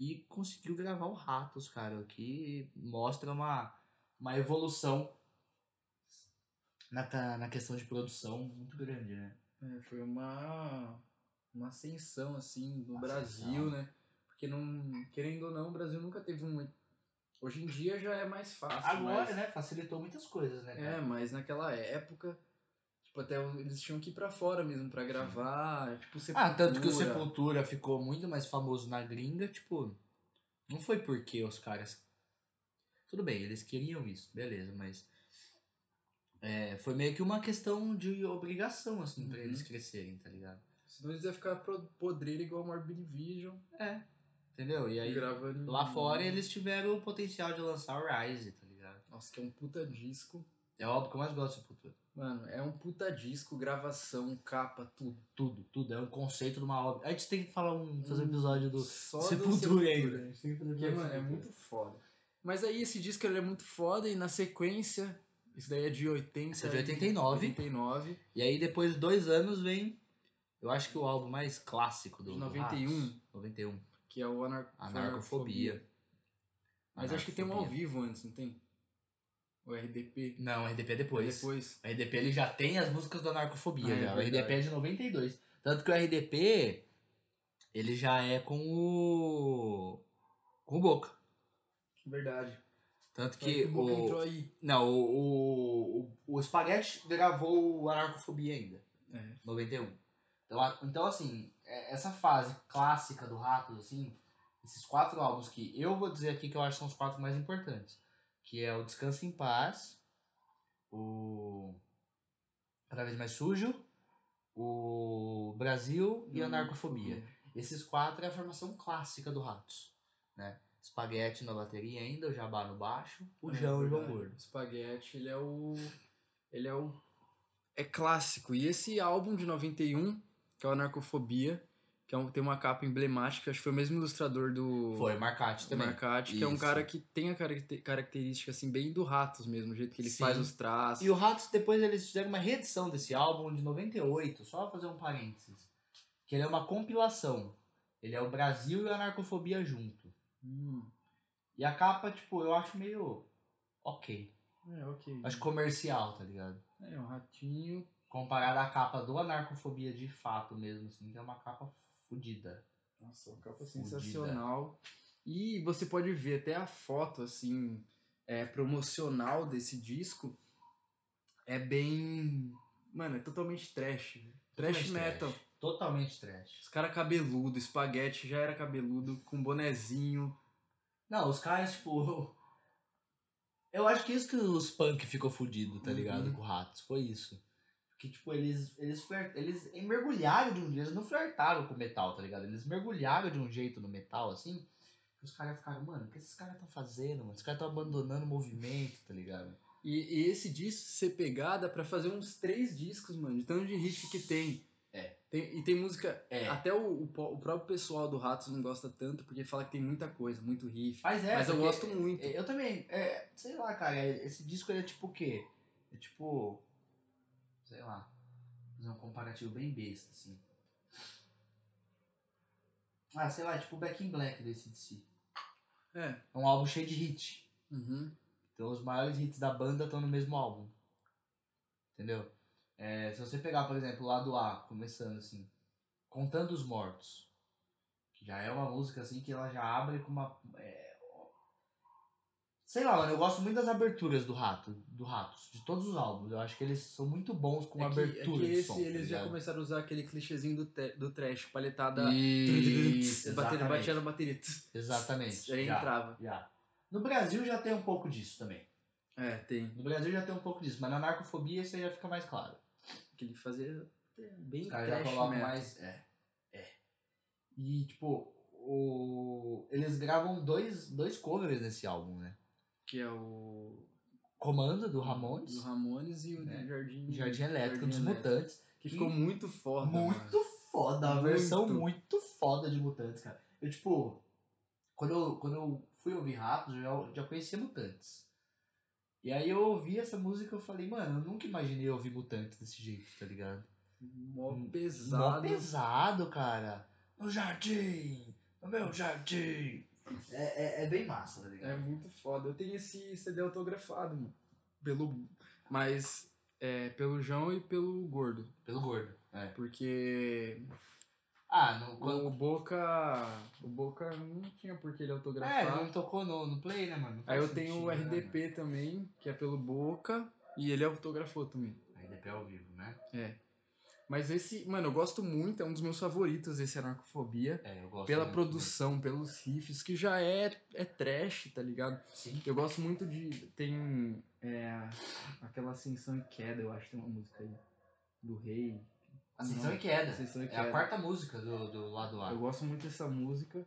Speaker 1: E conseguiu gravar o Ratos, cara, o que mostra uma, uma evolução na, ca- na questão de produção muito grande, né?
Speaker 2: É, foi uma... uma ascensão, assim, no
Speaker 1: Uma
Speaker 2: Brasil,
Speaker 1: ascensão.
Speaker 2: né? Porque, não... querendo ou não, o Brasil nunca teve um... Hoje em dia já é mais fácil, mas-
Speaker 1: Agora, né, facilitou muitas coisas, né,
Speaker 2: É,
Speaker 1: cara?
Speaker 2: mas naquela época, tipo, até o- eles tinham que ir pra fora mesmo pra gravar, tipo,
Speaker 1: Ah, tanto que o
Speaker 2: Sepultura.
Speaker 1: Sepultura ficou muito mais famoso na gringa, tipo, não foi porque os caras. Tudo bem, eles queriam isso, beleza, mas. é, foi meio que uma questão de obrigação, assim, pra
Speaker 2: Uhum.
Speaker 1: eles crescerem, tá ligado?
Speaker 2: Senão eles iam ficar pro- podreiro igual o Morbid Vision,
Speaker 1: É. Entendeu? E aí,
Speaker 2: gravando... em-
Speaker 1: lá fora, eles tiveram o potencial de lançar o Rise, tá ligado?
Speaker 2: Nossa, que é um puta disco.
Speaker 1: É óbvio que eu mais gosto do Sepultura.
Speaker 2: Mano, é um puta disco, gravação, capa, tudo.
Speaker 1: Tudo, tudo. É um conceito de uma obra. A gente tem que falar um. fazer um
Speaker 2: Hum.
Speaker 1: episódio do
Speaker 2: Só
Speaker 1: Sepultura ainda.
Speaker 2: ainda.
Speaker 1: A gente tem que fazer um
Speaker 2: Porque,
Speaker 1: episódio do
Speaker 2: mano, é
Speaker 1: Sepultura.
Speaker 2: muito foda. Mas aí esse disco ele é muito foda e na sequência, isso daí é de 80...
Speaker 1: Esse é de 89.
Speaker 2: 89.
Speaker 1: E aí depois de dois anos vem, eu acho que o álbum mais clássico do
Speaker 2: De
Speaker 1: do
Speaker 2: 91.
Speaker 1: Ratos. 91.
Speaker 2: Que é o anar...
Speaker 1: Anarcofobia. Ah,
Speaker 2: Mas acho que tem um ao
Speaker 1: Anarcofobia.
Speaker 2: vivo antes, não tem? O RDP.
Speaker 1: Não, o RDP é
Speaker 2: É
Speaker 1: depois.
Speaker 2: depois.
Speaker 1: O RDP ele já tem as músicas do Anarcofobia
Speaker 2: Ah, é
Speaker 1: já. O
Speaker 2: verdade.
Speaker 1: RDP é de 92. Tanto que o RDP ele já é com o com o Boca.
Speaker 2: Verdade.
Speaker 1: Tanto que
Speaker 2: Que o Boca entrou
Speaker 1: o
Speaker 2: aí.
Speaker 1: não, o o, o, o Spaghetti gravou o Anarcofobia ainda,
Speaker 2: É.
Speaker 1: 91. Então, a- então assim, é- essa fase clássica do Ratos, assim, esses quatro álbuns que eu vou dizer aqui que eu acho que são os quatro mais importantes, que é o Descanso em Paz, o Cada Vez Mais Sujo, o Brasil e a Narcofobia. Esses quatro é a formação clássica do Ratos, né? Espaguete na bateria ainda, o Jabá no baixo,
Speaker 2: É,
Speaker 1: o João e o João Gordo.
Speaker 2: Spaghetti, ele é o. Ele é o. É clássico. E esse álbum de 91, que é o Narcofobia, que é um- tem uma capa emblemática, acho que foi o mesmo ilustrador do.
Speaker 1: Foi, Marcati também.
Speaker 2: Marcati, que é um
Speaker 1: Isso.
Speaker 2: cara que tem a caracte- característica assim bem do Ratos mesmo, o jeito que ele
Speaker 1: Sim.
Speaker 2: faz os traços.
Speaker 1: E o Ratos, depois eles fizeram uma reedição desse álbum de 98, só fazer um parênteses. Que ele é uma compilação. Ele é o Brasil e a narcofobia junto.
Speaker 2: Hum,
Speaker 1: E a capa, tipo, eu acho meio ok.
Speaker 2: é, ok.
Speaker 1: Acho comercial, tá ligado?
Speaker 2: É, um ratinho.
Speaker 1: Comparado à capa do Anarcofobia de fato mesmo, assim, que é uma capa fodida.
Speaker 2: Nossa, uma capa
Speaker 1: Fudida.
Speaker 2: sensacional. E você pode ver até a foto, assim, é, promocional desse disco. É bem. Mano, é totalmente trash. Trash
Speaker 1: Totalmente
Speaker 2: metal.
Speaker 1: trash. Totalmente trash.
Speaker 2: Os caras cabeludo, espaguete já era cabeludo, com bonezinho.
Speaker 1: Não, os caras, tipo. Eu acho que isso que os punk ficou fudido, tá ligado?
Speaker 2: Uhum.
Speaker 1: Com o Ratos. Foi isso. Que, tipo, eles. Eles, fler- eles mergulharam de um jeito. Eles não flertaram com o metal, tá ligado? Eles mergulharam de um jeito no metal, assim. Que os caras ficaram, mano, o que esses caras estão fazendo, mano? Os caras estão abandonando o movimento, tá ligado?
Speaker 2: E, e esse disco, se você pegar, dá pra fazer uns três discos, mano, de tanto de hit que tem.
Speaker 1: É.
Speaker 2: Tem- e tem música.
Speaker 1: É.
Speaker 2: Até o, o po- o próprio pessoal do Ratos não gosta tanto, porque fala que tem muita coisa, muito riff.
Speaker 1: Mas é,
Speaker 2: Mas eu
Speaker 1: porque-
Speaker 2: gosto muito.
Speaker 1: Eu também. É, sei lá, cara. Esse disco ele é tipo o quê? É tipo. Sei lá. Fazer um comparativo bem besta, assim. Ah, sei lá, é tipo Back in Black do ACDC.
Speaker 2: É.
Speaker 1: É um álbum cheio de hit.
Speaker 2: Uhum.
Speaker 1: Então os maiores hits da banda estão no mesmo álbum. Entendeu? É, se você pegar, por exemplo, o lado A, começando assim, Contando os Mortos. Que já é uma música assim que ela já abre com uma. é, ó. Sei lá, mano, eu gosto muito das aberturas do Rato, do Ratos, de todos os álbuns. Eu acho que eles são muito bons com
Speaker 2: é que,
Speaker 1: abertura
Speaker 2: é
Speaker 1: de
Speaker 2: que esse,
Speaker 1: som. tá
Speaker 2: eles já
Speaker 1: ligado?
Speaker 2: começaram a usar aquele clichêzinho do, te- do trash, paletada.
Speaker 1: Isso,
Speaker 2: bateria, batia na
Speaker 1: exatamente.
Speaker 2: bateria.
Speaker 1: Exatamente.
Speaker 2: Aí
Speaker 1: já,
Speaker 2: entrava.
Speaker 1: já. No Brasil já tem um pouco disso também.
Speaker 2: É, tem.
Speaker 1: No Brasil já tem um pouco disso, mas na narcofobia isso aí já fica mais claro.
Speaker 2: Que ele fazia é, bem
Speaker 1: Os caras já
Speaker 2: trash
Speaker 1: colocam
Speaker 2: metal.
Speaker 1: mais. É. É. E, tipo, o... eles gravam dois, dois covers nesse álbum, né?
Speaker 2: Que é o.
Speaker 1: Comando do Ramones
Speaker 2: Do Ramones e o
Speaker 1: É.
Speaker 2: do Jardim.
Speaker 1: e Jardim Elétrico um
Speaker 2: Jardim
Speaker 1: dos
Speaker 2: Elétrico.
Speaker 1: Mutantes.
Speaker 2: Que ficou muito foda.
Speaker 1: muito
Speaker 2: mano.
Speaker 1: foda, a
Speaker 2: Muito.
Speaker 1: versão muito foda de Mutantes, cara. Eu, tipo, quando eu, quando eu fui ouvir Ratos, eu já, já conhecia Mutantes. E aí eu ouvi essa música e eu falei, mano, eu nunca imaginei ouvir Mutantes desse jeito, tá ligado?
Speaker 2: Mó
Speaker 1: Mó
Speaker 2: pesado.
Speaker 1: pesado, cara. No jardim. No meu jardim. É, é, é bem massa, tá
Speaker 2: É
Speaker 1: ligado?
Speaker 2: muito foda. Eu tenho esse CD autografado, mano. Pelo. Mas. É, pelo João e pelo Gordo.
Speaker 1: Pelo gordo. É.
Speaker 2: Porque
Speaker 1: Ah, no, quando...
Speaker 2: o Boca. O Boca não tinha por que ele
Speaker 1: É, ele
Speaker 2: autografar.
Speaker 1: não tocou no, no play, né, mano? Não
Speaker 2: Aí
Speaker 1: faz
Speaker 2: eu tenho o
Speaker 1: sentido, né,
Speaker 2: RDP também, que é pelo Boca, e ele autografou também.
Speaker 1: mano? RDP ao vivo, né?
Speaker 2: Mas esse, mano, eu gosto muito, é um dos meus favoritos esse Anarcofobia.
Speaker 1: É, eu gosto.
Speaker 2: Pela
Speaker 1: muito
Speaker 2: produção, pelos riffs, que já é, é trash, tá ligado?
Speaker 1: também. Sim.
Speaker 2: Eu gosto muito de. Tem. É, aquela Ascensão e Queda, eu acho que tem uma música aí. Do Rei.
Speaker 1: Ascensão
Speaker 2: Não,
Speaker 1: e queda.
Speaker 2: Ascensão e
Speaker 1: É a
Speaker 2: Queda.
Speaker 1: quarta música do, do lado A.
Speaker 2: Eu gosto muito dessa música.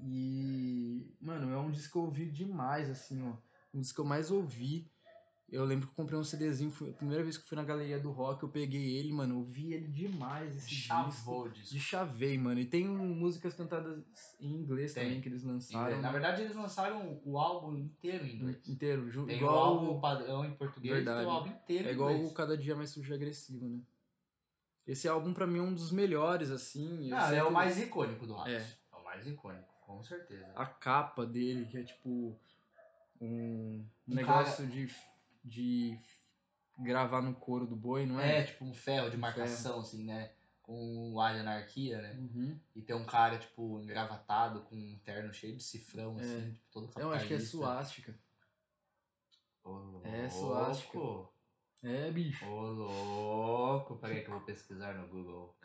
Speaker 2: E, mano, é um disco que eu ouvi demais, assim, ó. Um disco que eu mais ouvi. Eu lembro que eu comprei um CDzinho, foi a primeira vez que eu fui na galeria do rock, eu peguei ele, mano, eu ouvi ele demais, esse disco.
Speaker 1: Chavou disso.
Speaker 2: De chavei, mano. E tem um, músicas cantadas em inglês
Speaker 1: Tem.
Speaker 2: também que eles lançaram.
Speaker 1: Então,
Speaker 2: né?
Speaker 1: Na verdade, eles lançaram o álbum inteiro em inglês.
Speaker 2: Inteiro, ju-
Speaker 1: Tem
Speaker 2: igual,
Speaker 1: o álbum padrão em português e
Speaker 2: Verdade.
Speaker 1: tem o álbum inteiro
Speaker 2: É
Speaker 1: em
Speaker 2: igual
Speaker 1: inglês.
Speaker 2: o Cada Dia Mais Sujo e Agressivo, né? Esse álbum pra mim é um dos melhores, assim. eu
Speaker 1: Não,
Speaker 2: sei
Speaker 1: é o
Speaker 2: que eu-
Speaker 1: mais icônico do Ratos.
Speaker 2: É.
Speaker 1: É. o mais icônico, com certeza.
Speaker 2: a capa dele, que é tipo um,
Speaker 1: Um
Speaker 2: negócio de, de gravar no couro do boi, não
Speaker 1: É,
Speaker 2: é?
Speaker 1: tipo um ferro de
Speaker 2: Um
Speaker 1: marcação, assim, né? Com o ar de anarquia, né?
Speaker 2: Uhum.
Speaker 1: E tem um cara, tipo, engravatado com um terno cheio de cifrão,
Speaker 2: É.
Speaker 1: assim, tipo, todo capitalista.
Speaker 2: Eu acho que é suástica.
Speaker 1: Ô,
Speaker 2: É,
Speaker 1: louco.
Speaker 2: suástica. É, bicho.
Speaker 1: Ô, louco. Peraí que eu vou pesquisar no Google.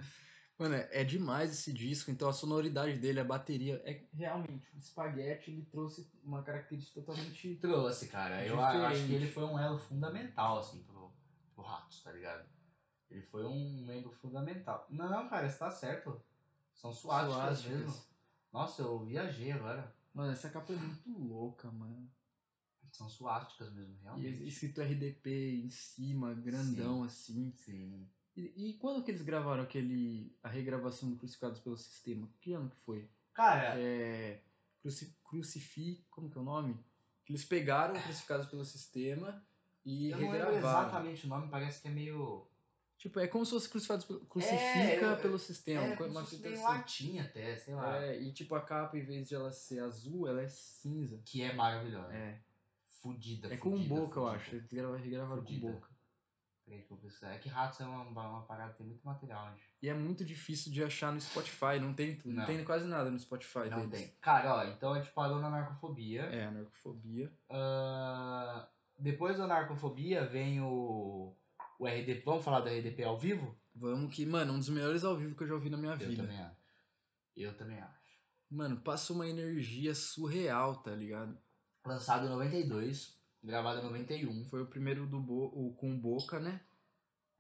Speaker 2: Mano, é é demais esse disco, então a sonoridade dele, a bateria. É realmente, o espaguete ele trouxe uma característica totalmente.
Speaker 1: Trouxe, cara. Eu a- acho que
Speaker 2: Diferente.
Speaker 1: ele foi um elo fundamental, assim, pro, pro Ratos, tá ligado? Ele foi um membro fundamental. Não, cara, você tá certo. São suásticas,
Speaker 2: Suásticas.
Speaker 1: mesmo. Nossa, eu viajei agora.
Speaker 2: né? Mano, essa capa é muito louca, mano.
Speaker 1: São suásticas mesmo,
Speaker 2: E
Speaker 1: realmente.
Speaker 2: es- escrito RDP em cima, grandão assim.
Speaker 1: Sim.
Speaker 2: E, e quando que eles gravaram aquele. a regravação do Crucificados pelo Sistema? Que ano que foi?
Speaker 1: Cara,
Speaker 2: É. Cruci, crucifi. Como que é o nome? Que eles pegaram o Crucificados pelo Sistema e
Speaker 1: eu não lembro
Speaker 2: regravaram.
Speaker 1: exatamente o nome, parece que é meio.
Speaker 2: Tipo, é como se fosse Crucificados pelo.
Speaker 1: É,
Speaker 2: Crucifica
Speaker 1: eu-
Speaker 2: pelo Sistema.
Speaker 1: é,
Speaker 2: co-
Speaker 1: como se
Speaker 2: uma
Speaker 1: fosse
Speaker 2: fita
Speaker 1: meio
Speaker 2: assim.
Speaker 1: latim até, sei lá.
Speaker 2: É, e tipo, a capa, em vez de ela ser azul, ela é cinza.
Speaker 1: Que é maravilhosa.
Speaker 2: É.
Speaker 1: Fudida,
Speaker 2: É com
Speaker 1: fudida,
Speaker 2: boca, eu
Speaker 1: fudida.
Speaker 2: acho. Eles grava- regravaram com
Speaker 1: Fudida.
Speaker 2: boca.
Speaker 1: Peraí que eu vou pesquisar. É que Ratos é uma, uma parada que tem muito material, né? acho.
Speaker 2: E é muito difícil de achar no Spotify, não tem, não.
Speaker 1: Não.
Speaker 2: tem quase nada no Spotify
Speaker 1: Não
Speaker 2: deles.
Speaker 1: tem. Cara, ó, então a gente parou na narcofobia.
Speaker 2: É, anarcofobia.
Speaker 1: Ah, depois da narcofobia vem o, o RDP. Vamos falar do RDP ao vivo?
Speaker 2: Vamos que, mano, um dos melhores ao vivo que eu já ouvi na minha
Speaker 1: Eu
Speaker 2: vida.
Speaker 1: também acho. Eu também acho.
Speaker 2: Mano, passa uma energia surreal, tá ligado?
Speaker 1: Lançado em 92, gravado em 91.
Speaker 2: Foi o primeiro do Bo... o com Boca, né?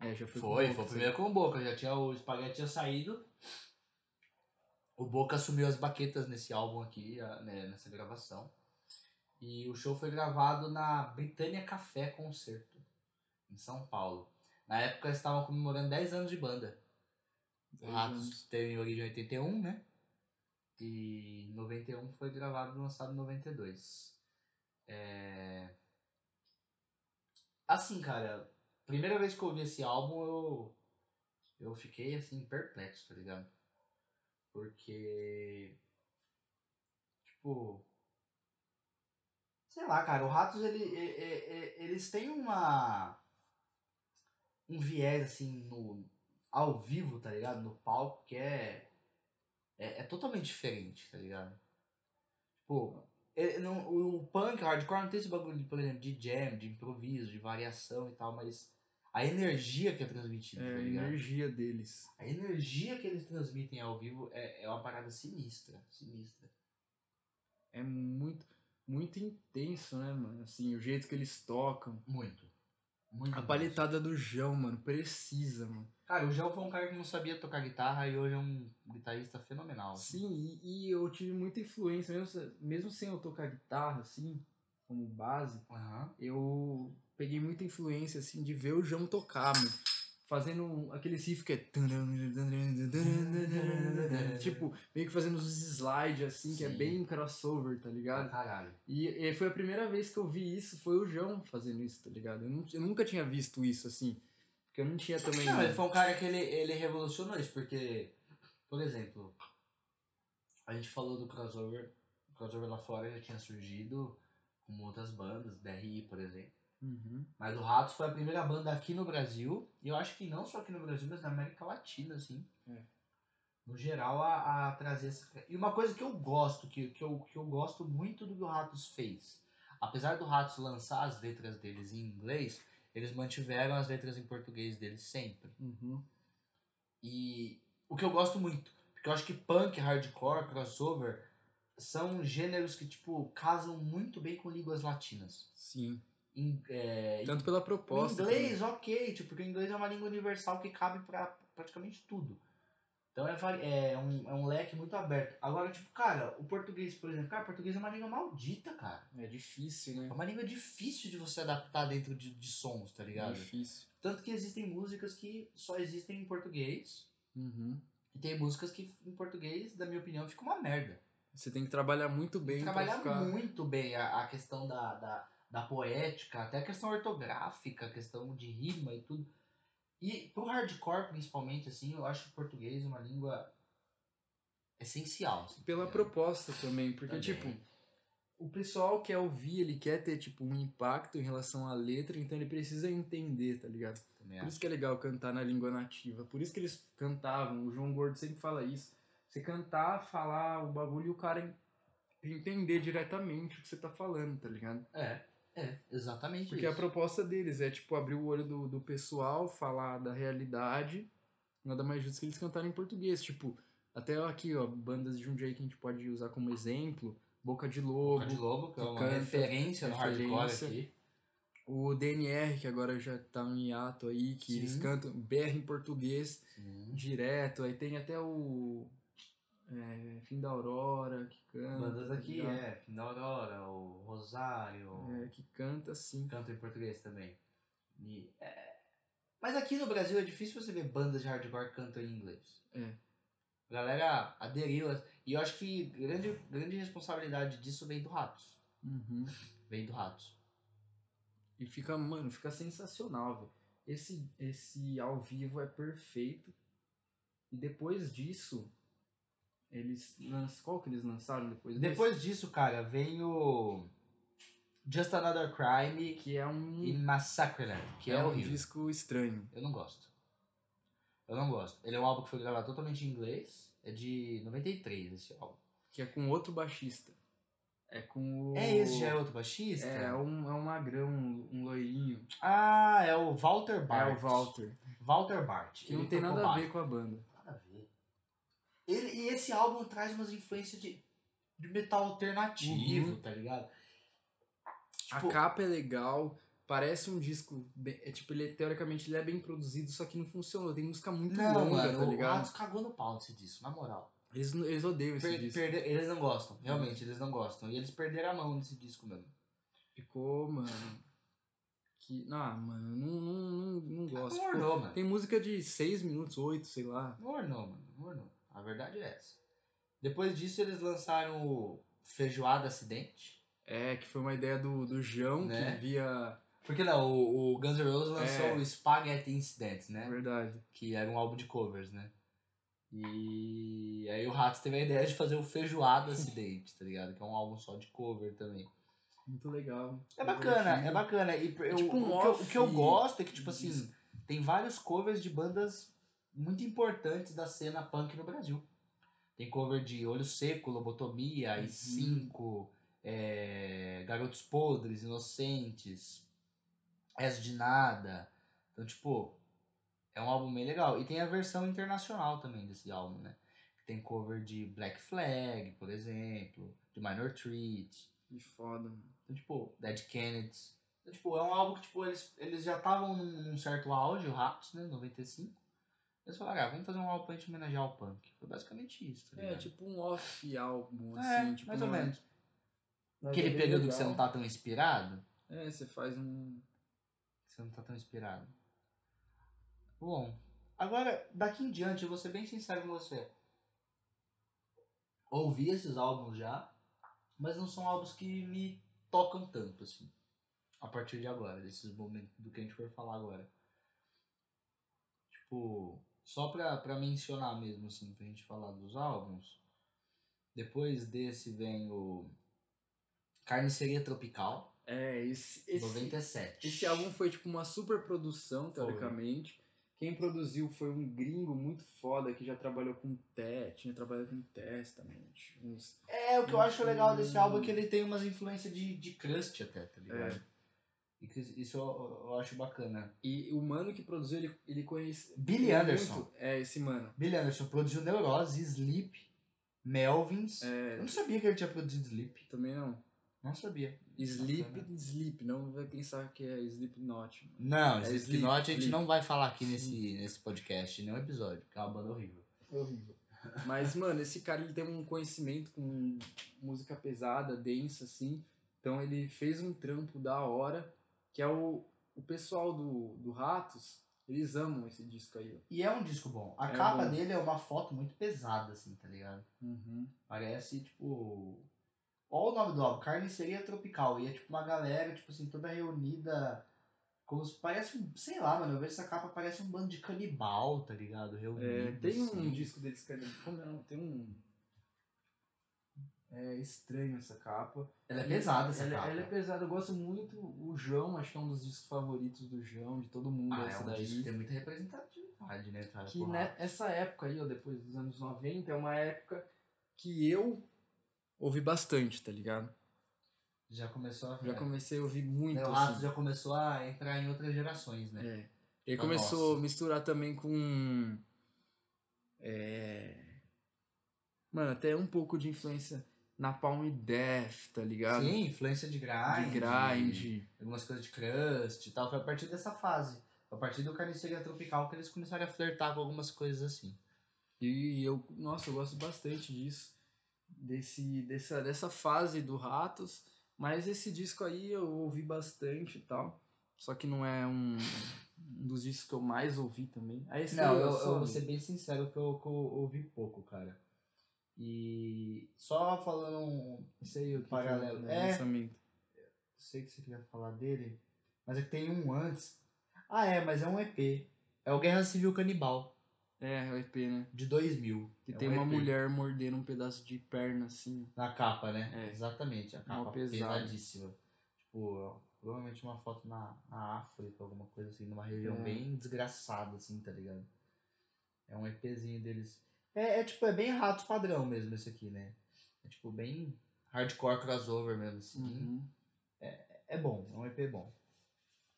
Speaker 2: É, já foi, com
Speaker 1: Foi,
Speaker 2: Boca,
Speaker 1: foi o
Speaker 2: sim.
Speaker 1: primeiro com o Boca. Já tinha, o Spaghetti tinha saído. O Boca assumiu as baquetas nesse álbum aqui, a- né, nessa gravação. E o show foi gravado na Britânia Café Concerto, em São Paulo. Na época eles estavam comemorando 10 anos de banda. O
Speaker 2: Dez anos.
Speaker 1: Ratos teve origem em 81, né? E 91 foi gravado e lançado em 92. É... Assim, cara, primeira vez que eu ouvi esse álbum, eu, eu fiquei, assim, perplexo, tá ligado? Porque, tipo, sei lá, cara, o Ratos, ele, e- e- e- eles têm uma, um viés, assim, no, ao vivo, tá ligado? No palco, que é, é, é totalmente diferente, tá ligado? Tipo, ele não, o o punk, o hardcore não tem esse bagulho, de, por exemplo, de jam, de improviso, de variação e tal, mas a energia que é transmitida,
Speaker 2: É,
Speaker 1: tá
Speaker 2: a
Speaker 1: ligado?
Speaker 2: energia deles.
Speaker 1: A energia que eles transmitem ao vivo é, é uma parada sinistra, sinistra.
Speaker 2: É muito, muito intenso, né, mano? Assim, o jeito que eles tocam.
Speaker 1: Muito. Muito.
Speaker 2: A
Speaker 1: mesmo.
Speaker 2: palhetada do Jão, mano, precisa, mano.
Speaker 1: Cara, o João foi um cara que não sabia tocar guitarra e hoje é um guitarrista fenomenal. assim.
Speaker 2: Sim, e, e eu tive muita influência, mesmo, se- mesmo sem eu tocar guitarra, assim, como base,
Speaker 1: Aham.
Speaker 2: eu peguei muita influência, assim, de ver o João tocar, mano. Fazendo aquele riff que é... Tipo, meio que fazendo uns slides, assim, que é
Speaker 1: Sim.
Speaker 2: bem crossover, tá
Speaker 1: Pra
Speaker 2: ligado?
Speaker 1: Caralho.
Speaker 2: E, e foi a primeira vez que eu vi isso, foi o João fazendo isso, tá ligado? Eu, nu- eu nunca tinha visto isso, assim, porque eu não tinha também...
Speaker 1: Não, ele foi um cara que ele, ele revolucionou isso, porque, por exemplo, a gente falou do crossover, o crossover lá fora já tinha surgido com outras bandas, DRI, por exemplo.
Speaker 2: Uhum.
Speaker 1: Mas o Ratos foi a primeira banda aqui no Brasil, e eu acho que não só aqui no Brasil, mas na América Latina, assim.
Speaker 2: É.
Speaker 1: No geral, a, a trazer essa. E uma coisa que eu gosto, que, que, eu, que eu gosto muito do que o Ratos fez. Apesar do Ratos lançar as letras deles em inglês, eles mantiveram as letras em português deles sempre.
Speaker 2: Uhum.
Speaker 1: E o que eu gosto muito, porque eu acho que punk, hardcore, crossover são gêneros que, tipo, casam muito bem com línguas latinas.
Speaker 2: Sim,
Speaker 1: Em, é,
Speaker 2: tanto pela
Speaker 1: o
Speaker 2: proposta...
Speaker 1: inglês, ok, tipo, porque o inglês é uma língua universal que cabe pra praticamente tudo. Então é, vari- é, um, é um leque muito aberto. Agora, tipo, cara, o português, por exemplo, cara, o português é uma língua maldita, cara.
Speaker 2: também. É difícil, né?
Speaker 1: É uma língua difícil de você adaptar dentro de, de sons, tá ligado?
Speaker 2: Difícil.
Speaker 1: Tanto que existem músicas que só existem em português,
Speaker 2: Uhum.
Speaker 1: e tem músicas que em português, da minha opinião, fica uma merda.
Speaker 2: Você tem que trabalhar muito bem
Speaker 1: trabalhar
Speaker 2: pra ficar...
Speaker 1: muito bem a, a questão da, da, da poética, até a questão ortográfica, a questão de rima e tudo. E pro hardcore, principalmente, assim, eu acho o português uma língua essencial. assim,
Speaker 2: Pela
Speaker 1: tá ligado?
Speaker 2: proposta também, porque,
Speaker 1: Também.
Speaker 2: tipo, o pessoal quer ouvir, ele quer ter, tipo, um impacto em relação à letra, então ele precisa entender, tá ligado?
Speaker 1: Também
Speaker 2: Por
Speaker 1: acho.
Speaker 2: isso que é legal cantar na língua nativa, por isso que eles cantavam, o João Gordo sempre fala isso. Você cantar, falar o bagulho e o cara en- entender diretamente o que você tá falando, tá ligado?
Speaker 1: É. É, exatamente
Speaker 2: Porque a
Speaker 1: isso.
Speaker 2: proposta deles é, tipo, abrir o olho do, do pessoal, falar da realidade. Nada mais justo que eles cantarem em português. Tipo, até aqui, ó, bandas de Jundiaí que a gente pode usar como exemplo. Boca de Lobo,
Speaker 1: Boca de Lobo, que é uma
Speaker 2: Canta,
Speaker 1: referência no hardcore
Speaker 2: referência.
Speaker 1: aqui.
Speaker 2: o DNR, que agora já tá no hiato aí, que
Speaker 1: Sim.
Speaker 2: eles cantam BR em português
Speaker 1: Sim.
Speaker 2: direto. Aí tem até o é, Fim da Aurora, que canta.
Speaker 1: Bandas
Speaker 2: tá
Speaker 1: aqui,
Speaker 2: ligado?
Speaker 1: é, na Aurora, o Rosário,
Speaker 2: É, que canta sim.
Speaker 1: canto em português também. E, é, Mas aqui no Brasil é difícil você ver bandas de hardcore cantam em inglês.
Speaker 2: É.
Speaker 1: A galera aderiu. a- E eu acho que grande, grande responsabilidade disso vem do Ratos.
Speaker 2: Uhum.
Speaker 1: Vem do Ratos.
Speaker 2: E fica, mano, fica sensacional, velho. Esse, esse ao vivo é perfeito. E depois disso, eles lançam. Qual que eles lançaram depois desse?
Speaker 1: Depois disso, cara, vem o Just Another Crime
Speaker 2: Que é um.
Speaker 1: e Massacreland, que é,
Speaker 2: um
Speaker 1: horrível.
Speaker 2: disco estranho.
Speaker 1: Eu não gosto. Eu não gosto. Ele é um álbum que foi gravado totalmente em inglês. É de 93 esse álbum.
Speaker 2: Que é com outro baixista. É com o.
Speaker 1: É esse, já é outro baixista?
Speaker 2: É um, é um magrão, um loirinho.
Speaker 1: Ah, é o Walter Bart.
Speaker 2: É o Walter.
Speaker 1: Walter Bart.
Speaker 2: Que
Speaker 1: Ele
Speaker 2: não tem
Speaker 1: tocou
Speaker 2: nada a
Speaker 1: baixo.
Speaker 2: ver com a banda.
Speaker 1: Nada a ver. Ele, e esse álbum traz umas influências de, de metal alternativo,
Speaker 2: Uhum.
Speaker 1: tá ligado?
Speaker 2: A
Speaker 1: Tipo-
Speaker 2: capa é legal. Parece um disco. bem- é tipo, ele, teoricamente ele é bem produzido, só que não funciona. Tem música muito
Speaker 1: Não,
Speaker 2: longa,
Speaker 1: mano,
Speaker 2: tá
Speaker 1: o
Speaker 2: ligado?
Speaker 1: Ratos cagou no pau nesse disco, na moral.
Speaker 2: Eles, não- eles odeiam esse
Speaker 1: Per-
Speaker 2: disco. Uhum.
Speaker 1: perde- eles não gostam, realmente, eles não gostam. E eles perderam a mão nesse disco mesmo.
Speaker 2: Ficou, mano. Que. Ah, mano, não, não, não, não gosto.
Speaker 1: não
Speaker 2: Ficou-
Speaker 1: ornou, mano.
Speaker 2: Tem música de 6 minutos, 8, sei lá.
Speaker 1: Não ornou, mano, não ornou. A verdade é essa. Depois disso, eles lançaram o Feijoada Acidente.
Speaker 2: É, que foi uma ideia do, do João,
Speaker 1: Né?
Speaker 2: que via.
Speaker 1: Porque não, o, o Guns N' Roses lançou
Speaker 2: É.
Speaker 1: o Spaghetti Incident,
Speaker 2: É
Speaker 1: né?
Speaker 2: verdade.
Speaker 1: Que era um álbum de covers, né? E aí o Ratos teve a ideia de fazer o Feijoada Acidente, tá ligado? Que é um álbum só de cover também.
Speaker 2: Muito legal.
Speaker 1: É bacana,
Speaker 2: Divertido.
Speaker 1: é bacana. E eu-
Speaker 2: tipo um
Speaker 1: o, que eu,
Speaker 2: off Uhum.
Speaker 1: o que eu gosto é que, tipo
Speaker 2: de
Speaker 1: assim, tem vários covers de bandas muito importantes da cena punk no Brasil. Tem cover de Olho Seco, Lobotomia,
Speaker 2: Uhum.
Speaker 1: I5, é, Garotos Podres, Inocentes, És de Nada. Então, tipo, é um álbum bem legal. E tem a versão internacional também desse álbum, né? Tem cover de Black Flag, por exemplo, de Minor Threat.
Speaker 2: Que foda, mano.
Speaker 1: Então, tipo, Dead Kennedys. Então, tipo, é um álbum que, tipo, eles, eles já estavam num num certo auge, o Ratos, né? 95. Eles falaram, ah, vamos fazer um álbum pra gente homenagear o punk. Foi basicamente isso, tá
Speaker 2: É,
Speaker 1: ligado?
Speaker 2: tipo um off álbum,
Speaker 1: É,
Speaker 2: assim. tipo,
Speaker 1: mais ou
Speaker 2: não é-
Speaker 1: menos.
Speaker 2: não é
Speaker 1: Aquele
Speaker 2: bem
Speaker 1: período que
Speaker 2: legal.
Speaker 1: você não tá tão inspirado.
Speaker 2: É, você faz um.
Speaker 1: Você não tá tão inspirado. Bom, agora, daqui em diante, eu vou ser bem sincero com você. Ouvi esses álbuns já, mas não são álbuns que me tocam tanto, assim. A partir de agora, desses momentos do que a gente for falar agora. Tipo, só pra, pra mencionar mesmo, assim, pra gente falar dos álbuns. Depois desse vem o Carniceria Tropical,
Speaker 2: É, esse. Esse,
Speaker 1: 97.
Speaker 2: esse álbum foi tipo uma super produção,
Speaker 1: Foi.
Speaker 2: teoricamente. Quem produziu foi um gringo muito foda que já trabalhou com Té, tinha trabalhado com Testament. Uns...
Speaker 1: É, o que eu acho legal desse álbum é que ele tem umas influências de, de crust até, tá
Speaker 2: É.
Speaker 1: ligado? E que Isso eu, eu acho bacana.
Speaker 2: E o mano que produziu, ele, ele conhece.
Speaker 1: Billy Anderson.
Speaker 2: muito- É, esse mano.
Speaker 1: Billy Anderson produziu Neurose, Sleep, Melvins. Eu
Speaker 2: É,
Speaker 1: não sabia que ele tinha produzido Sleep.
Speaker 2: também não.
Speaker 1: Não sabia.
Speaker 2: Sleep, Sleep, não vai pensar que é Slipknot. mano.
Speaker 1: Não,
Speaker 2: É
Speaker 1: Sleep
Speaker 2: Sleep,
Speaker 1: Knot a gente
Speaker 2: Sleep.
Speaker 1: não vai falar aqui nesse, nesse podcast, em nenhum episódio, porque é uma banda horrível.
Speaker 2: Horrível. Mas, mano, esse cara ele tem um conhecimento com música pesada, densa, assim. Então ele fez um trampo da hora, que é o, o pessoal do, do Ratos, eles amam esse disco aí, ó.
Speaker 1: E é um disco bom. A
Speaker 2: É
Speaker 1: capa
Speaker 2: bom.
Speaker 1: dele é uma foto muito pesada, assim, tá ligado?
Speaker 2: Uhum.
Speaker 1: Parece, tipo. Olha o nome do álbum, Carniceria Tropical. E é tipo uma galera, tipo assim, toda reunida. Como se parece um. Sei lá, mano. Eu vejo essa capa, parece um bando de canibal, tá ligado? Reunido.
Speaker 2: É, tem um
Speaker 1: assim.
Speaker 2: disco deles que é. Como é? Tem um. É estranho essa capa.
Speaker 1: Ela é pesada essa
Speaker 2: ela,
Speaker 1: capa.
Speaker 2: Ela é pesada, eu gosto muito. O João, acho que é um dos discos favoritos do João, de todo mundo.
Speaker 1: Ah, é
Speaker 2: essa
Speaker 1: um
Speaker 2: daí.
Speaker 1: disco que tem muita representatividade, né, cara?
Speaker 2: que
Speaker 1: Porra.
Speaker 2: né, essa época aí, ó, depois dos anos 90, é uma época que eu ouvi bastante, tá ligado?
Speaker 1: Já começou a
Speaker 2: Já comecei a ouvir muito.
Speaker 1: Meu
Speaker 2: assim.
Speaker 1: rato já começou a entrar em outras gerações, né?
Speaker 2: É. Ele
Speaker 1: Ah,
Speaker 2: começou
Speaker 1: nossa.
Speaker 2: a misturar também com. É... Mano, até um pouco de influência na Palm Death, tá ligado?
Speaker 1: Sim, influência de grind.
Speaker 2: de grind.
Speaker 1: Algumas coisas de crust e tal. Foi a partir dessa fase. A partir do Carniceria Tropical que eles começaram a flertar com algumas coisas assim.
Speaker 2: E eu, nossa, eu gosto bastante disso. Desse, dessa, dessa fase do Ratos. Mas esse disco aí eu ouvi bastante e tal. Só que não é um, um dos discos que eu mais ouvi também. É Aí esse
Speaker 1: Não,
Speaker 2: aí
Speaker 1: eu,
Speaker 2: sou
Speaker 1: eu vou
Speaker 2: amigo.
Speaker 1: ser bem sincero que eu, que eu ouvi pouco, cara. E só falando um
Speaker 2: sei o que que
Speaker 1: paralelo.
Speaker 2: é,
Speaker 1: É.
Speaker 2: lançamento.
Speaker 1: sei que você queria falar dele, mas é que tem um antes. Ah, é, mas é um EP. É o Guerra Civil Canibal,
Speaker 2: É, o EP, né?
Speaker 1: de 2000.
Speaker 2: Que
Speaker 1: É
Speaker 2: tem
Speaker 1: um
Speaker 2: uma
Speaker 1: EP.
Speaker 2: mulher mordendo um pedaço de perna, assim.
Speaker 1: Na capa, né?
Speaker 2: É.
Speaker 1: Exatamente, a capa
Speaker 2: pesada.
Speaker 1: pesadíssima. Tipo, ó, provavelmente uma foto na, na África, alguma coisa assim, numa região
Speaker 2: É.
Speaker 1: bem desgraçada, assim, tá ligado? É um EPzinho deles. É, é tipo, é bem rato padrão mesmo esse aqui, né? É tipo, bem hardcore crossover mesmo, assim.
Speaker 2: Uhum.
Speaker 1: É bom, é um EP bom.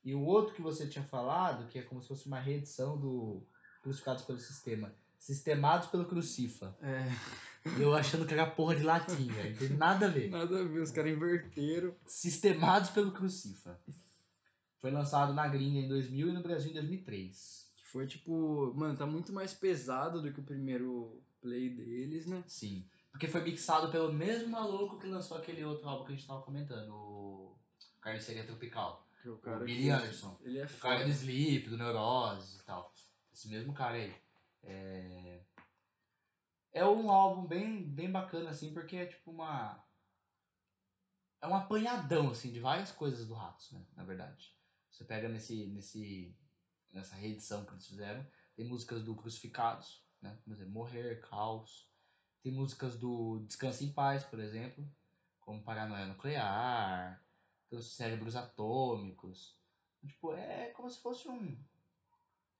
Speaker 1: E o outro que você tinha falado, que é como se fosse uma reedição do Crucificados pelo Sistema. Sistemados pelo Crucifa.
Speaker 2: É,
Speaker 1: E eu achando que era porra de latim, velho. Não tem nada a ver.
Speaker 2: nada a ver, os caras inverteram.
Speaker 1: Sistemados pelo Crucifa. Foi lançado na gringa em 2000 e no Brasil em 2003.
Speaker 2: Que foi tipo, mano, tá muito mais pesado do que o primeiro play deles, né?
Speaker 1: Sim. Porque foi mixado pelo mesmo maluco que lançou aquele outro álbum que a gente tava comentando, o Carniceria Tropical.
Speaker 2: Que é o
Speaker 1: O
Speaker 2: cara.
Speaker 1: Billy Anderson.
Speaker 2: Ele é
Speaker 1: O cara
Speaker 2: foda.
Speaker 1: do Sleep, do Neurose e tal. Esse mesmo cara aí. É, é um álbum bem, bem bacana, assim, porque é tipo uma. É um apanhadão, assim, de várias coisas do Ratos, né? Na verdade. Você pega nesse, nesse, nessa reedição que eles fizeram, tem músicas do Crucificados, né? Como dizer, Morrer, Caos. Tem músicas do Descanse em Paz, por exemplo, como Paranoia Nuclear, os Cérebros Atômicos. Tipo, é como se fosse um,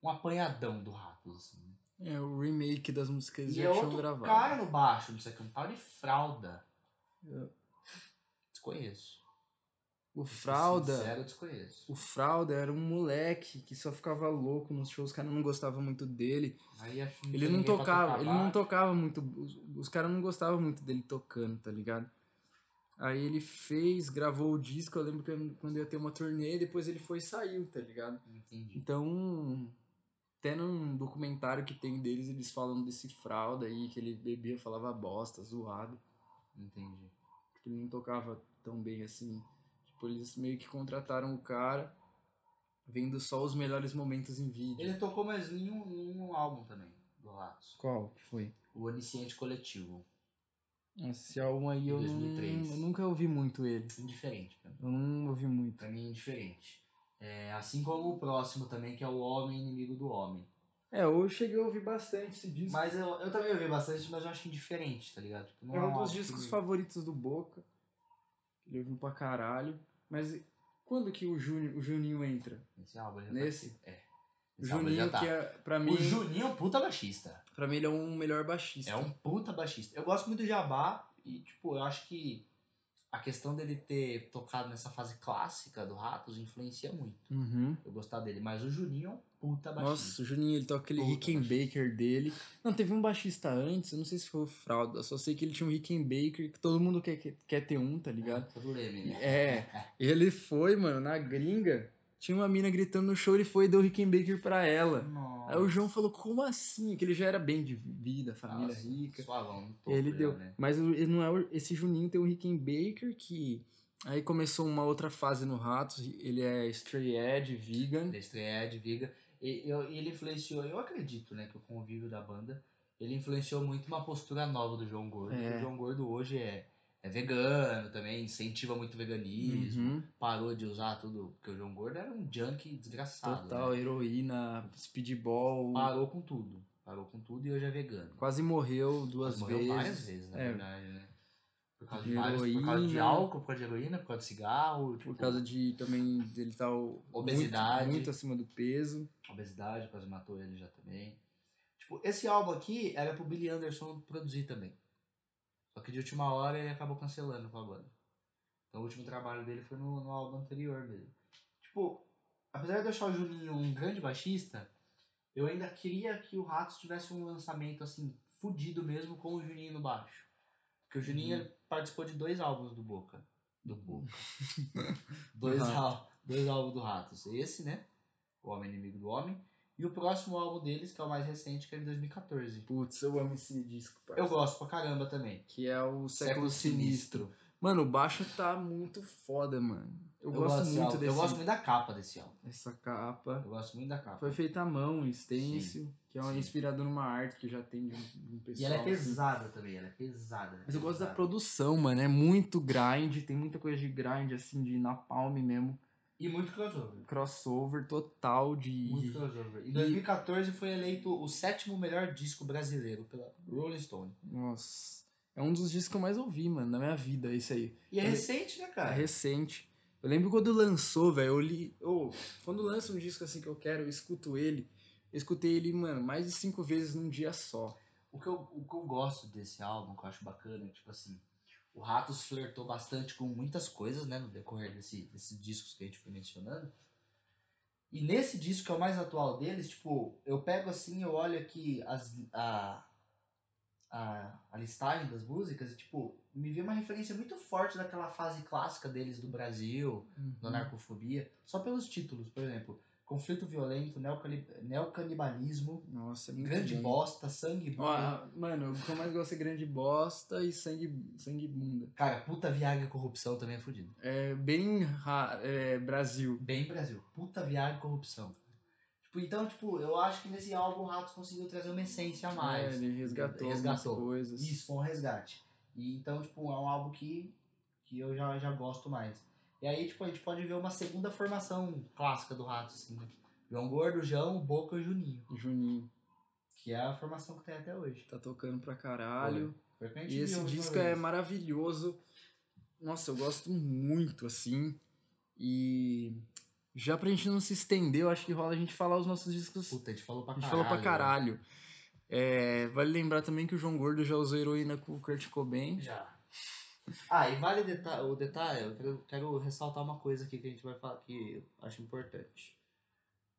Speaker 1: um apanhadão do Ratos, assim. né?
Speaker 2: É o remake das músicas
Speaker 1: E
Speaker 2: que
Speaker 1: é
Speaker 2: já tinham
Speaker 1: outro
Speaker 2: gravado.
Speaker 1: cara no baixo, não sei o que, um tal de fralda.
Speaker 2: Eu-
Speaker 1: Desconheço.
Speaker 2: O
Speaker 1: Pra ser
Speaker 2: Fralda.
Speaker 1: Sincero, eu desconheço.
Speaker 2: O Fralda era um moleque que só ficava louco nos shows, os caras não gostavam muito dele.
Speaker 1: Aí acho que
Speaker 2: Ele
Speaker 1: tem
Speaker 2: não
Speaker 1: ninguém pra
Speaker 2: tocava,
Speaker 1: tocar
Speaker 2: ele não
Speaker 1: baixo.
Speaker 2: tocava muito, os, os caras não gostavam muito dele tocando, tá ligado? Aí ele fez, gravou o disco, eu lembro que eu- quando ia ter uma turnê, depois ele foi e saiu, tá ligado?
Speaker 1: Entendi.
Speaker 2: Então, até num documentário que tem deles, eles falam desse fralda aí, que ele bebia, falava bosta, zoado,
Speaker 1: Entendi.
Speaker 2: que ele não tocava tão bem assim. Tipo, eles meio que contrataram o cara, vendo só os melhores momentos em vídeo.
Speaker 1: Ele tocou mais em um, em um álbum também, do Ratos.
Speaker 2: Qual que foi?
Speaker 1: O Onisciente Coletivo.
Speaker 2: Esse álbum aí eu, não-
Speaker 1: 2003.
Speaker 2: eu nunca ouvi muito ele.
Speaker 1: Indiferente, pra mim.
Speaker 2: Eu não ouvi muito.
Speaker 1: Pra mim, indiferente. É, assim como o próximo também, que é o Homem Inimigo do Homem.
Speaker 2: É, eu cheguei a ouvir bastante esse disco.
Speaker 1: Mas eu, eu também ouvi bastante, mas eu acho indiferente, tá ligado? Tipo, não
Speaker 2: é um dos
Speaker 1: álbum
Speaker 2: discos
Speaker 1: que-
Speaker 2: favoritos do Boca. Ele ouviu pra caralho. Mas e- quando que o Juninho, o Juninho entra?
Speaker 1: Nesse álbum ele já
Speaker 2: Nesse?
Speaker 1: tá aqui. É.
Speaker 2: O
Speaker 1: Nesse álbum ele já
Speaker 2: Juninho,
Speaker 1: tá.
Speaker 2: que é, pra, mim,
Speaker 1: O Juninho é um puta baixista.
Speaker 2: pra mim, ele é um melhor baixista.
Speaker 1: É um puta baixista. Eu gosto muito do Jabá e, tipo, eu acho que a questão dele ter tocado nessa fase clássica do Ratos influencia muito.
Speaker 2: Uhum.
Speaker 1: Eu gostar dele, mas o Juninho é um puta baixista.
Speaker 2: Nossa, o Juninho, ele toca aquele
Speaker 1: Puta
Speaker 2: Rickenbacker dele. Não, teve um baixista antes, eu não sei se foi o Fralda, só sei que ele tinha um Rickenbacker, que todo mundo quer, quer- quer ter um, tá ligado?
Speaker 1: É, do Leme, né?
Speaker 2: É, ele foi, mano, na gringa. Tinha uma mina gritando no show, ele foi e deu Rickenbacker pra ela.
Speaker 1: Nossa.
Speaker 2: Aí É, o João falou, como assim? Que ele já era bem de vida, família
Speaker 1: Nossa,
Speaker 2: rica.
Speaker 1: Suavão, no topo
Speaker 2: Ele
Speaker 1: já,
Speaker 2: deu.
Speaker 1: né?
Speaker 2: Mas o- ele não é o- esse Juninho tem o Rickenbacker que... Aí começou uma outra fase no Ratos, ele é straight edge, vegan.
Speaker 1: da estreia é de Viga. E eu, ele influenciou, eu acredito, né, que o convívio da banda, ele influenciou muito uma postura nova do João Gordo.
Speaker 2: É.
Speaker 1: porque O João Gordo hoje é, é vegano também, incentiva muito o veganismo,
Speaker 2: Uhum,
Speaker 1: parou de usar tudo, porque o João Gordo era um junkie desgraçado.
Speaker 2: total,
Speaker 1: né? Ah.
Speaker 2: heroína, speedball,
Speaker 1: Parou com tudo. Parou com tudo e hoje é vegano.
Speaker 2: quase morreu duas
Speaker 1: Morreu
Speaker 2: vezes.
Speaker 1: várias vezes, na
Speaker 2: É.
Speaker 1: verdade, né? Por causa,
Speaker 2: De
Speaker 1: de vários, por causa de
Speaker 2: heroína.
Speaker 1: álcool, por causa de heroína, por causa de cigarro,
Speaker 2: Por
Speaker 1: tipo,
Speaker 2: causa de também dele estar
Speaker 1: Obesidade.
Speaker 2: muito acima do peso.
Speaker 1: obesidade, quase matou ele já também. Tipo, esse álbum aqui era pro Billy Anderson produzir também. Só que de última hora ele acabou cancelando com a banda. Então, o último trabalho dele foi no, no álbum anterior mesmo. Tipo, apesar de eu achar o Juninho um grande baixista, eu ainda queria que o Ratos tivesse um lançamento assim, fudido mesmo com o Juninho no baixo. Porque o Juninho
Speaker 2: Uhum.
Speaker 1: ele participou de dois álbuns do Boca. Do Boca. dois,
Speaker 2: Ratos.
Speaker 1: al- dois álbuns do Ratos. Esse, né? O Homem Inimigo do Homem. E o próximo álbum deles, que é o mais recente, que é de 2014.
Speaker 2: Putz, eu amo esse disco,
Speaker 1: Eu
Speaker 2: parceiro.
Speaker 1: gosto pra caramba também.
Speaker 2: Que é o Século Sinistro. Mano, o baixo tá muito foda, mano. Eu, gosto,
Speaker 1: desse
Speaker 2: muito
Speaker 1: álbum.
Speaker 2: desse
Speaker 1: Eu gosto muito da capa desse álbum.
Speaker 2: Essa capa.
Speaker 1: Eu gosto muito da capa.
Speaker 2: Foi feita à mão, stencil, que é uma
Speaker 1: sim.
Speaker 2: inspirada numa arte que já tem de um, de um pessoal.
Speaker 1: E ela é
Speaker 2: assim.
Speaker 1: pesada também, ela é pesada.
Speaker 2: Mas eu gosto da
Speaker 1: pesada.
Speaker 2: produção, mano. É muito grind, tem muita coisa de grind, assim, de napalm mesmo.
Speaker 1: E muito crossover.
Speaker 2: Crossover total de.
Speaker 1: Muito crossover. Em 2014 foi eleito o sétimo melhor disco brasileiro pela Rolling Stone.
Speaker 2: Nossa. É um dos discos que eu mais ouvi, mano, na minha vida, esse aí.
Speaker 1: E é
Speaker 2: Ele-
Speaker 1: recente, né,
Speaker 2: É
Speaker 1: cara?
Speaker 2: recente. Eu lembro quando lançou, velho, eu li. Ô, quando lança um disco assim que eu quero, eu escuto ele. Eu escutei ele, mano, mais de cinco vezes num dia só.
Speaker 1: O que, eu, o que eu gosto desse álbum, que eu acho bacana, é tipo assim, o Ratos flertou bastante com muitas coisas, né, no decorrer desse, desses discos que a gente foi mencionando. E nesse disco, que é o mais atual deles, tipo, eu pego assim, eu olho aqui as, a, a, a listagem das músicas e, tipo, me vê uma referência muito forte daquela fase clássica deles do Brasil, da
Speaker 2: Uhum.
Speaker 1: narcofobia, só pelos títulos, por exemplo, conflito violento, neocali- neocanibalismo,
Speaker 2: Nossa, é muito
Speaker 1: grande
Speaker 2: bom.
Speaker 1: bosta, né? sangue
Speaker 2: Ó,
Speaker 1: bunda.
Speaker 2: ah, mano, o que eu mais gosto é grande bosta e sangue, sangue bunda.
Speaker 1: Cara, puta viagem e corrupção também é fodido.
Speaker 2: É bem ra- é, Brasil.
Speaker 1: Bem Brasil, puta viagem e corrupção. Tipo, então, tipo, eu acho que nesse álbum o Ratos conseguiu trazer uma essência a
Speaker 2: É,
Speaker 1: mais.
Speaker 2: ele resgatou, assim.
Speaker 1: Resgatou.
Speaker 2: algumas coisas.
Speaker 1: Isso, foi um resgate. E então, tipo, é um álbum que, que eu já, já gosto mais. E aí, tipo, a gente pode ver uma segunda formação clássica do Ratos, assim, né? João Gordo, João, Boca e Juninho.
Speaker 2: Juninho
Speaker 1: Que é a formação que tem até hoje.
Speaker 2: tá tocando pra caralho.
Speaker 1: Foi o que a gente
Speaker 2: E
Speaker 1: viu
Speaker 2: esse
Speaker 1: a última
Speaker 2: disco
Speaker 1: vez.
Speaker 2: é maravilhoso. Nossa, eu gosto muito, assim. E já pra gente não se estender, eu acho que rola a gente falar os nossos discos.
Speaker 1: Puta, a gente falou pra
Speaker 2: a gente
Speaker 1: caralho. né?
Speaker 2: falou pra caralho. É, vale lembrar também que o João Gordo já usou heroína com o Kurt
Speaker 1: né?
Speaker 2: Cobain.
Speaker 1: Já. Ah, e vale deta- o detalhe, eu quero, quero ressaltar uma coisa aqui que a gente vai falar que eu acho importante.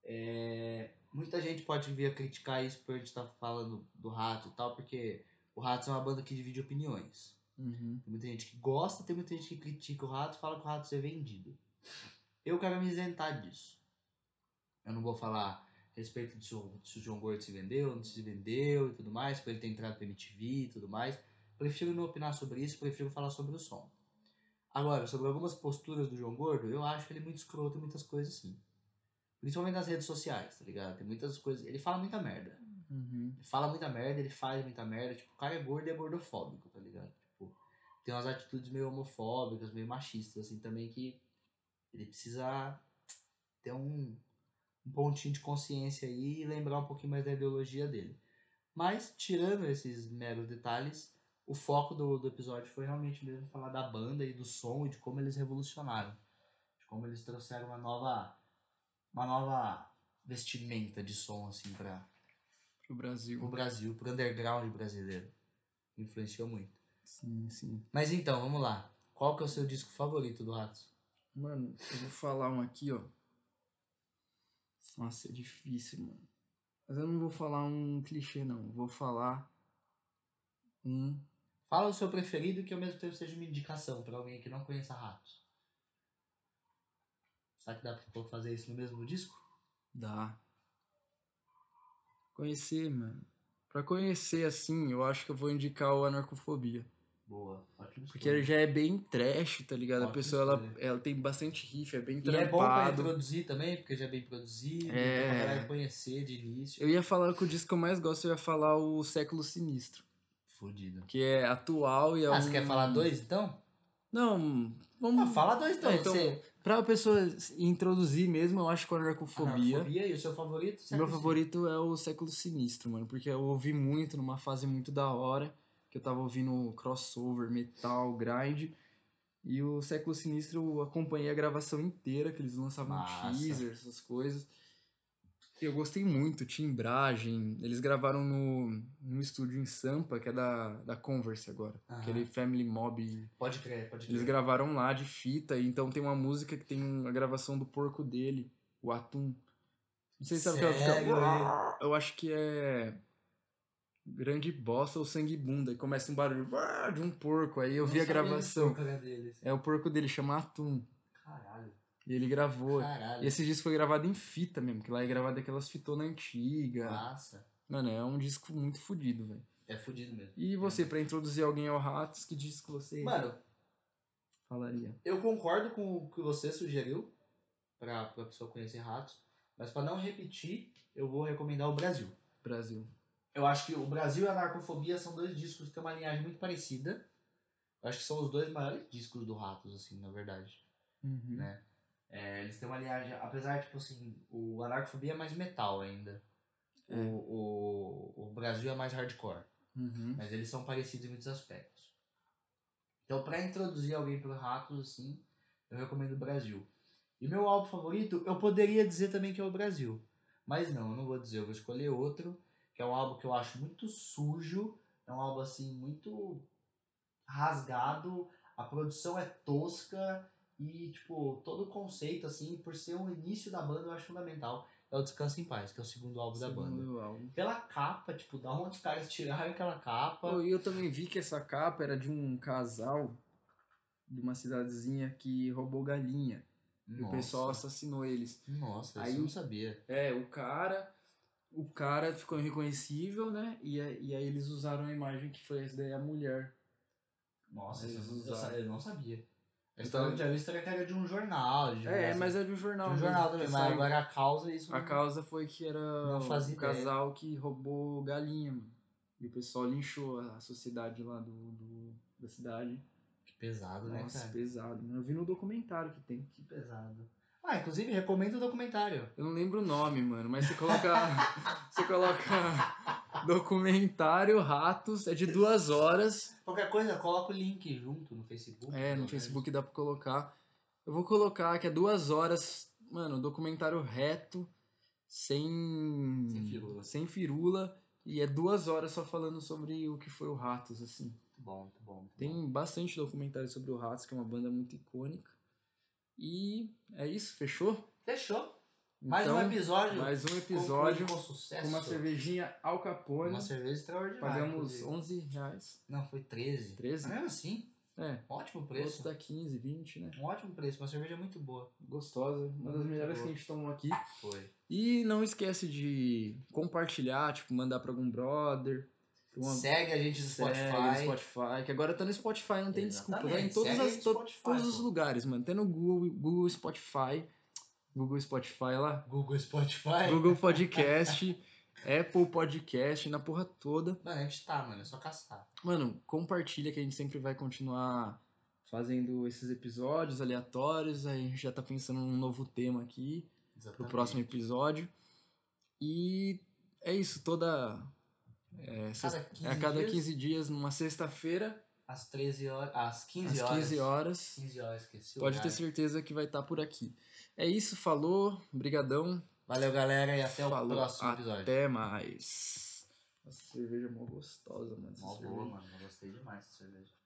Speaker 1: É, muita gente pode vir a criticar isso por a gente estar falando do Rato e tal, porque o Rato é uma banda que divide opiniões.
Speaker 2: Uhum.
Speaker 1: Tem muita gente que gosta, tem muita gente que critica o Rato, fala que o Rato é vendido. Eu quero me isentar disso. Eu não vou falar a respeito de se o, se o João Gordo se vendeu, não se vendeu e tudo mais, pra ele ter entrado pra MTV e tudo mais. Prefiro não opinar sobre isso, prefiro falar sobre o som. Agora, sobre algumas posturas do João Gordo, eu acho ele muito escroto em muitas coisas sim. Principalmente nas redes sociais, tá ligado? Tem muitas coisas. Ele fala muita merda.
Speaker 2: Uhum.
Speaker 1: Ele fala muita merda, ele faz muita merda. Tipo, o cara é gordo e é gordofóbico, tá ligado? Tipo, tem umas atitudes meio homofóbicas, meio machistas, assim, também que ele precisa ter um, um pontinho de consciência aí e lembrar um pouquinho mais da ideologia dele. Mas, tirando esses meros detalhes, o foco do, do episódio foi realmente mesmo falar da banda e do som e de como eles revolucionaram. De como eles trouxeram uma nova, uma nova vestimenta de som, assim, pra,
Speaker 2: Pro Brasil.
Speaker 1: pro Brasil, pro underground brasileiro. Influenciou muito.
Speaker 2: Sim, sim.
Speaker 1: Mas então, vamos lá. Qual que é o seu disco favorito do Ratos?
Speaker 2: Mano, eu vou falar um aqui, ó. Nossa, é difícil, mano. Mas eu não vou falar um clichê, não. Vou falar um
Speaker 1: Fala o seu preferido que ao mesmo tempo seja uma indicação pra alguém que não conheça Ratos. Será que dá pra um fazer isso no mesmo disco?
Speaker 2: Dá. Conhecer, mano. Pra conhecer, assim, eu acho que eu vou indicar o Anarcofobia.
Speaker 1: Boa, ótimo.
Speaker 2: Porque ele já é bem trash, tá ligado? A
Speaker 1: Ótima
Speaker 2: pessoa, ela,
Speaker 1: escolha.
Speaker 2: ela tem bastante riff, é bem
Speaker 1: E é bom pra
Speaker 2: trampado.
Speaker 1: introduzir também, porque já é bem produzido,
Speaker 2: É.
Speaker 1: pra galera conhecer de início.
Speaker 2: eu ia falar que o disco que eu mais gosto, eu ia falar o Século Sinistro.
Speaker 1: Fodido.
Speaker 2: Que é atual e é
Speaker 1: Ah,
Speaker 2: um...
Speaker 1: você quer falar dois então?
Speaker 2: Não,
Speaker 1: Ah,
Speaker 2: vamos...
Speaker 1: fala dois então.
Speaker 2: É, então,
Speaker 1: você...
Speaker 2: Pra pessoa se introduzir mesmo, eu acho que o Anarcofobia...
Speaker 1: Anarcofobia Ah, e o seu favorito?
Speaker 2: O meu favorito é o Século Sinistro, mano, porque eu ouvi muito numa fase muito da hora, que eu tava ouvindo crossover, metal, grind. E o Século Sinistro eu acompanhei a gravação inteira, que eles lançavam
Speaker 1: Massa.
Speaker 2: teaser, essas coisas. E eu gostei muito, timbragem. Eles gravaram no, no estúdio em Sampa, que é da, da Converse agora. é
Speaker 1: Aham.
Speaker 2: Aquele Family Mob.
Speaker 1: Pode crer, pode
Speaker 2: Eles
Speaker 1: crer.
Speaker 2: gravaram lá de fita, e então tem uma música que tem um- a gravação do porco dele, o Atum. Não sei se sabe o que ela
Speaker 1: Sério,
Speaker 2: fica. Eu acho que é. Grande bosta ou sangue bunda. E começa um barulho "Ah", de um porco. Aí eu vi a
Speaker 1: Não sabia desse
Speaker 2: gravação.
Speaker 1: porcaria deles.
Speaker 2: É o porco dele, chama Atum.
Speaker 1: Caralho,
Speaker 2: E ele gravou.
Speaker 1: caralho.
Speaker 2: E esse disco foi gravado em fita mesmo, que lá é gravado aquelas fitonas antigas.
Speaker 1: Massa.
Speaker 2: Mano, é um disco muito fodido, velho.
Speaker 1: É fudido mesmo.
Speaker 2: E você, pra introduzir alguém ao Ratos, que disco você
Speaker 1: Mano,
Speaker 2: falaria?
Speaker 1: eu concordo com o que você sugeriu pra, pra pessoa conhecer ratos, mas pra não repetir, eu vou recomendar o Brasil.
Speaker 2: Brasil.
Speaker 1: Eu acho que o Brasil e a Narcofobia são dois discos que têm uma linhagem muito parecida. Eu acho que são os dois maiores discos do Ratos, assim, na verdade.
Speaker 2: Uhum.
Speaker 1: Né? É, eles têm uma linhagem, apesar, tipo assim, o Anarcofobia é mais metal ainda.
Speaker 2: É.
Speaker 1: O, o, o Brasil é mais hardcore.
Speaker 2: Uhum.
Speaker 1: Mas eles são parecidos em muitos aspectos. Então, pra introduzir alguém pro Ratos, assim, eu recomendo o Brasil. E meu álbum favorito, eu poderia dizer também que é o Brasil. Mas não, eu não vou dizer, eu vou escolher outro, que é um álbum que eu acho muito sujo, é um álbum assim muito rasgado, a produção é tosca e tipo, todo o conceito assim, por ser o início da banda, eu acho fundamental. É o Descanso em Paz, que é o segundo álbum da banda
Speaker 2: Segundo álbum.
Speaker 1: pela capa, tipo, da onde os caras tiraram aquela capa.
Speaker 2: Pô, E eu também vi que essa capa era de um casal de uma cidadezinha que roubou galinha. E o pessoal assassinou eles.
Speaker 1: Nossa,
Speaker 2: Aí-
Speaker 1: isso eu não sabia.
Speaker 2: É, o cara. O cara ficou irreconhecível, né? E, a- e aí eles usaram a imagem que foi essa daí a mulher.
Speaker 1: Nossa,
Speaker 2: Eles
Speaker 1: isso eu, não- eu
Speaker 2: usaram.
Speaker 1: sa- eu não sabia. A
Speaker 2: Então-
Speaker 1: história que eu tinha visto era que era de um jornal. De
Speaker 2: É,
Speaker 1: assim,
Speaker 2: mas é de um
Speaker 1: de
Speaker 2: jornal.
Speaker 1: um
Speaker 2: mesmo,
Speaker 1: jornal
Speaker 2: que
Speaker 1: também. Mas
Speaker 2: saiu.
Speaker 1: agora a causa, é isso.
Speaker 2: A
Speaker 1: não-
Speaker 2: causa foi que era
Speaker 1: Não fazia
Speaker 2: o
Speaker 1: ideia.
Speaker 2: casal que roubou galinha, mano. E o pessoal linchou a sociedade lá do, do- da cidade.
Speaker 1: Que pesado, né,
Speaker 2: Nossa,
Speaker 1: cara?
Speaker 2: pesado. mano. Eu vi no documentário que tem.
Speaker 1: Que pesado. Ah, inclusive, recomendo o documentário.
Speaker 2: Eu não lembro o nome, mano, mas você coloca. você coloca documentário Ratos, é de duas horas.
Speaker 1: Qualquer coisa, coloca o link junto no Facebook.
Speaker 2: É,
Speaker 1: pelo
Speaker 2: no
Speaker 1: menos.
Speaker 2: Facebook dá pra colocar. Eu vou colocar que é duas horas, mano, documentário reto, sem.
Speaker 1: Sem firula.
Speaker 2: Sem firula. E é duas horas só falando sobre o que foi o Ratos, assim.
Speaker 1: Muito Tá bom, muito bom. muito bom.
Speaker 2: Tem bastante documentário sobre o Ratos, que é uma banda muito icônica. E é isso, fechou?
Speaker 1: Fechou. Mais
Speaker 2: Então,
Speaker 1: um episódio.
Speaker 2: mais um
Speaker 1: concluído
Speaker 2: episódio
Speaker 1: Com
Speaker 2: com
Speaker 1: sucesso.
Speaker 2: uma cervejinha Al Capone.
Speaker 1: Uma cerveja extraordinária.
Speaker 2: Pagamos
Speaker 1: inclusive.
Speaker 2: 11 reais.
Speaker 1: Não, foi 13.
Speaker 2: 13?
Speaker 1: Mas mesmo assim,
Speaker 2: É,
Speaker 1: ótimo
Speaker 2: outro
Speaker 1: preço.
Speaker 2: dá 15, 20, né?
Speaker 1: Um ótimo preço, uma cerveja muito boa.
Speaker 2: Gostosa, uma das
Speaker 1: Muito
Speaker 2: melhores
Speaker 1: boa.
Speaker 2: que a gente tomou aqui.
Speaker 1: Foi.
Speaker 2: E não esquece de compartilhar, tipo, mandar pra algum brother. pra uma-
Speaker 1: Segue a gente no Spotify.
Speaker 2: Segue no Spotify, que agora tá no Spotify, não tem desculpa. Tá em
Speaker 1: Exatamente,
Speaker 2: todas
Speaker 1: segue
Speaker 2: as,
Speaker 1: aí no
Speaker 2: to-
Speaker 1: Spotify,
Speaker 2: todos
Speaker 1: pô.
Speaker 2: os lugares, mano. Até no Google, Google Spotify. Google Spotify lá.
Speaker 1: Google Spotify.
Speaker 2: Google Podcast, Apple Podcast, na porra toda.
Speaker 1: Mano, a gente tá, mano. É só caçar.
Speaker 2: Mano, compartilha que a gente sempre vai continuar fazendo esses episódios aleatórios. Aí a gente já tá pensando num novo tema aqui pro
Speaker 1: Exatamente.
Speaker 2: próximo episódio. E é isso, toda. É, sexta-
Speaker 1: Cada 15
Speaker 2: é a cada
Speaker 1: dias,
Speaker 2: 15 dias, numa sexta-feira,
Speaker 1: Às 13 horas. Às 15
Speaker 2: às
Speaker 1: horas.
Speaker 2: 15 horas.
Speaker 1: 15 horas, esqueci. o
Speaker 2: Pode ter
Speaker 1: horário.
Speaker 2: certeza que vai estar por aqui. É isso, falou, brigadão,
Speaker 1: Valeu, galera, e até o
Speaker 2: Falou,
Speaker 1: próximo episódio.
Speaker 2: até mais. Nossa, cerveja é mó gostosa, mano. essa
Speaker 1: Mó
Speaker 2: cerveja.
Speaker 1: boa, mano. Eu gostei demais dessa cerveja.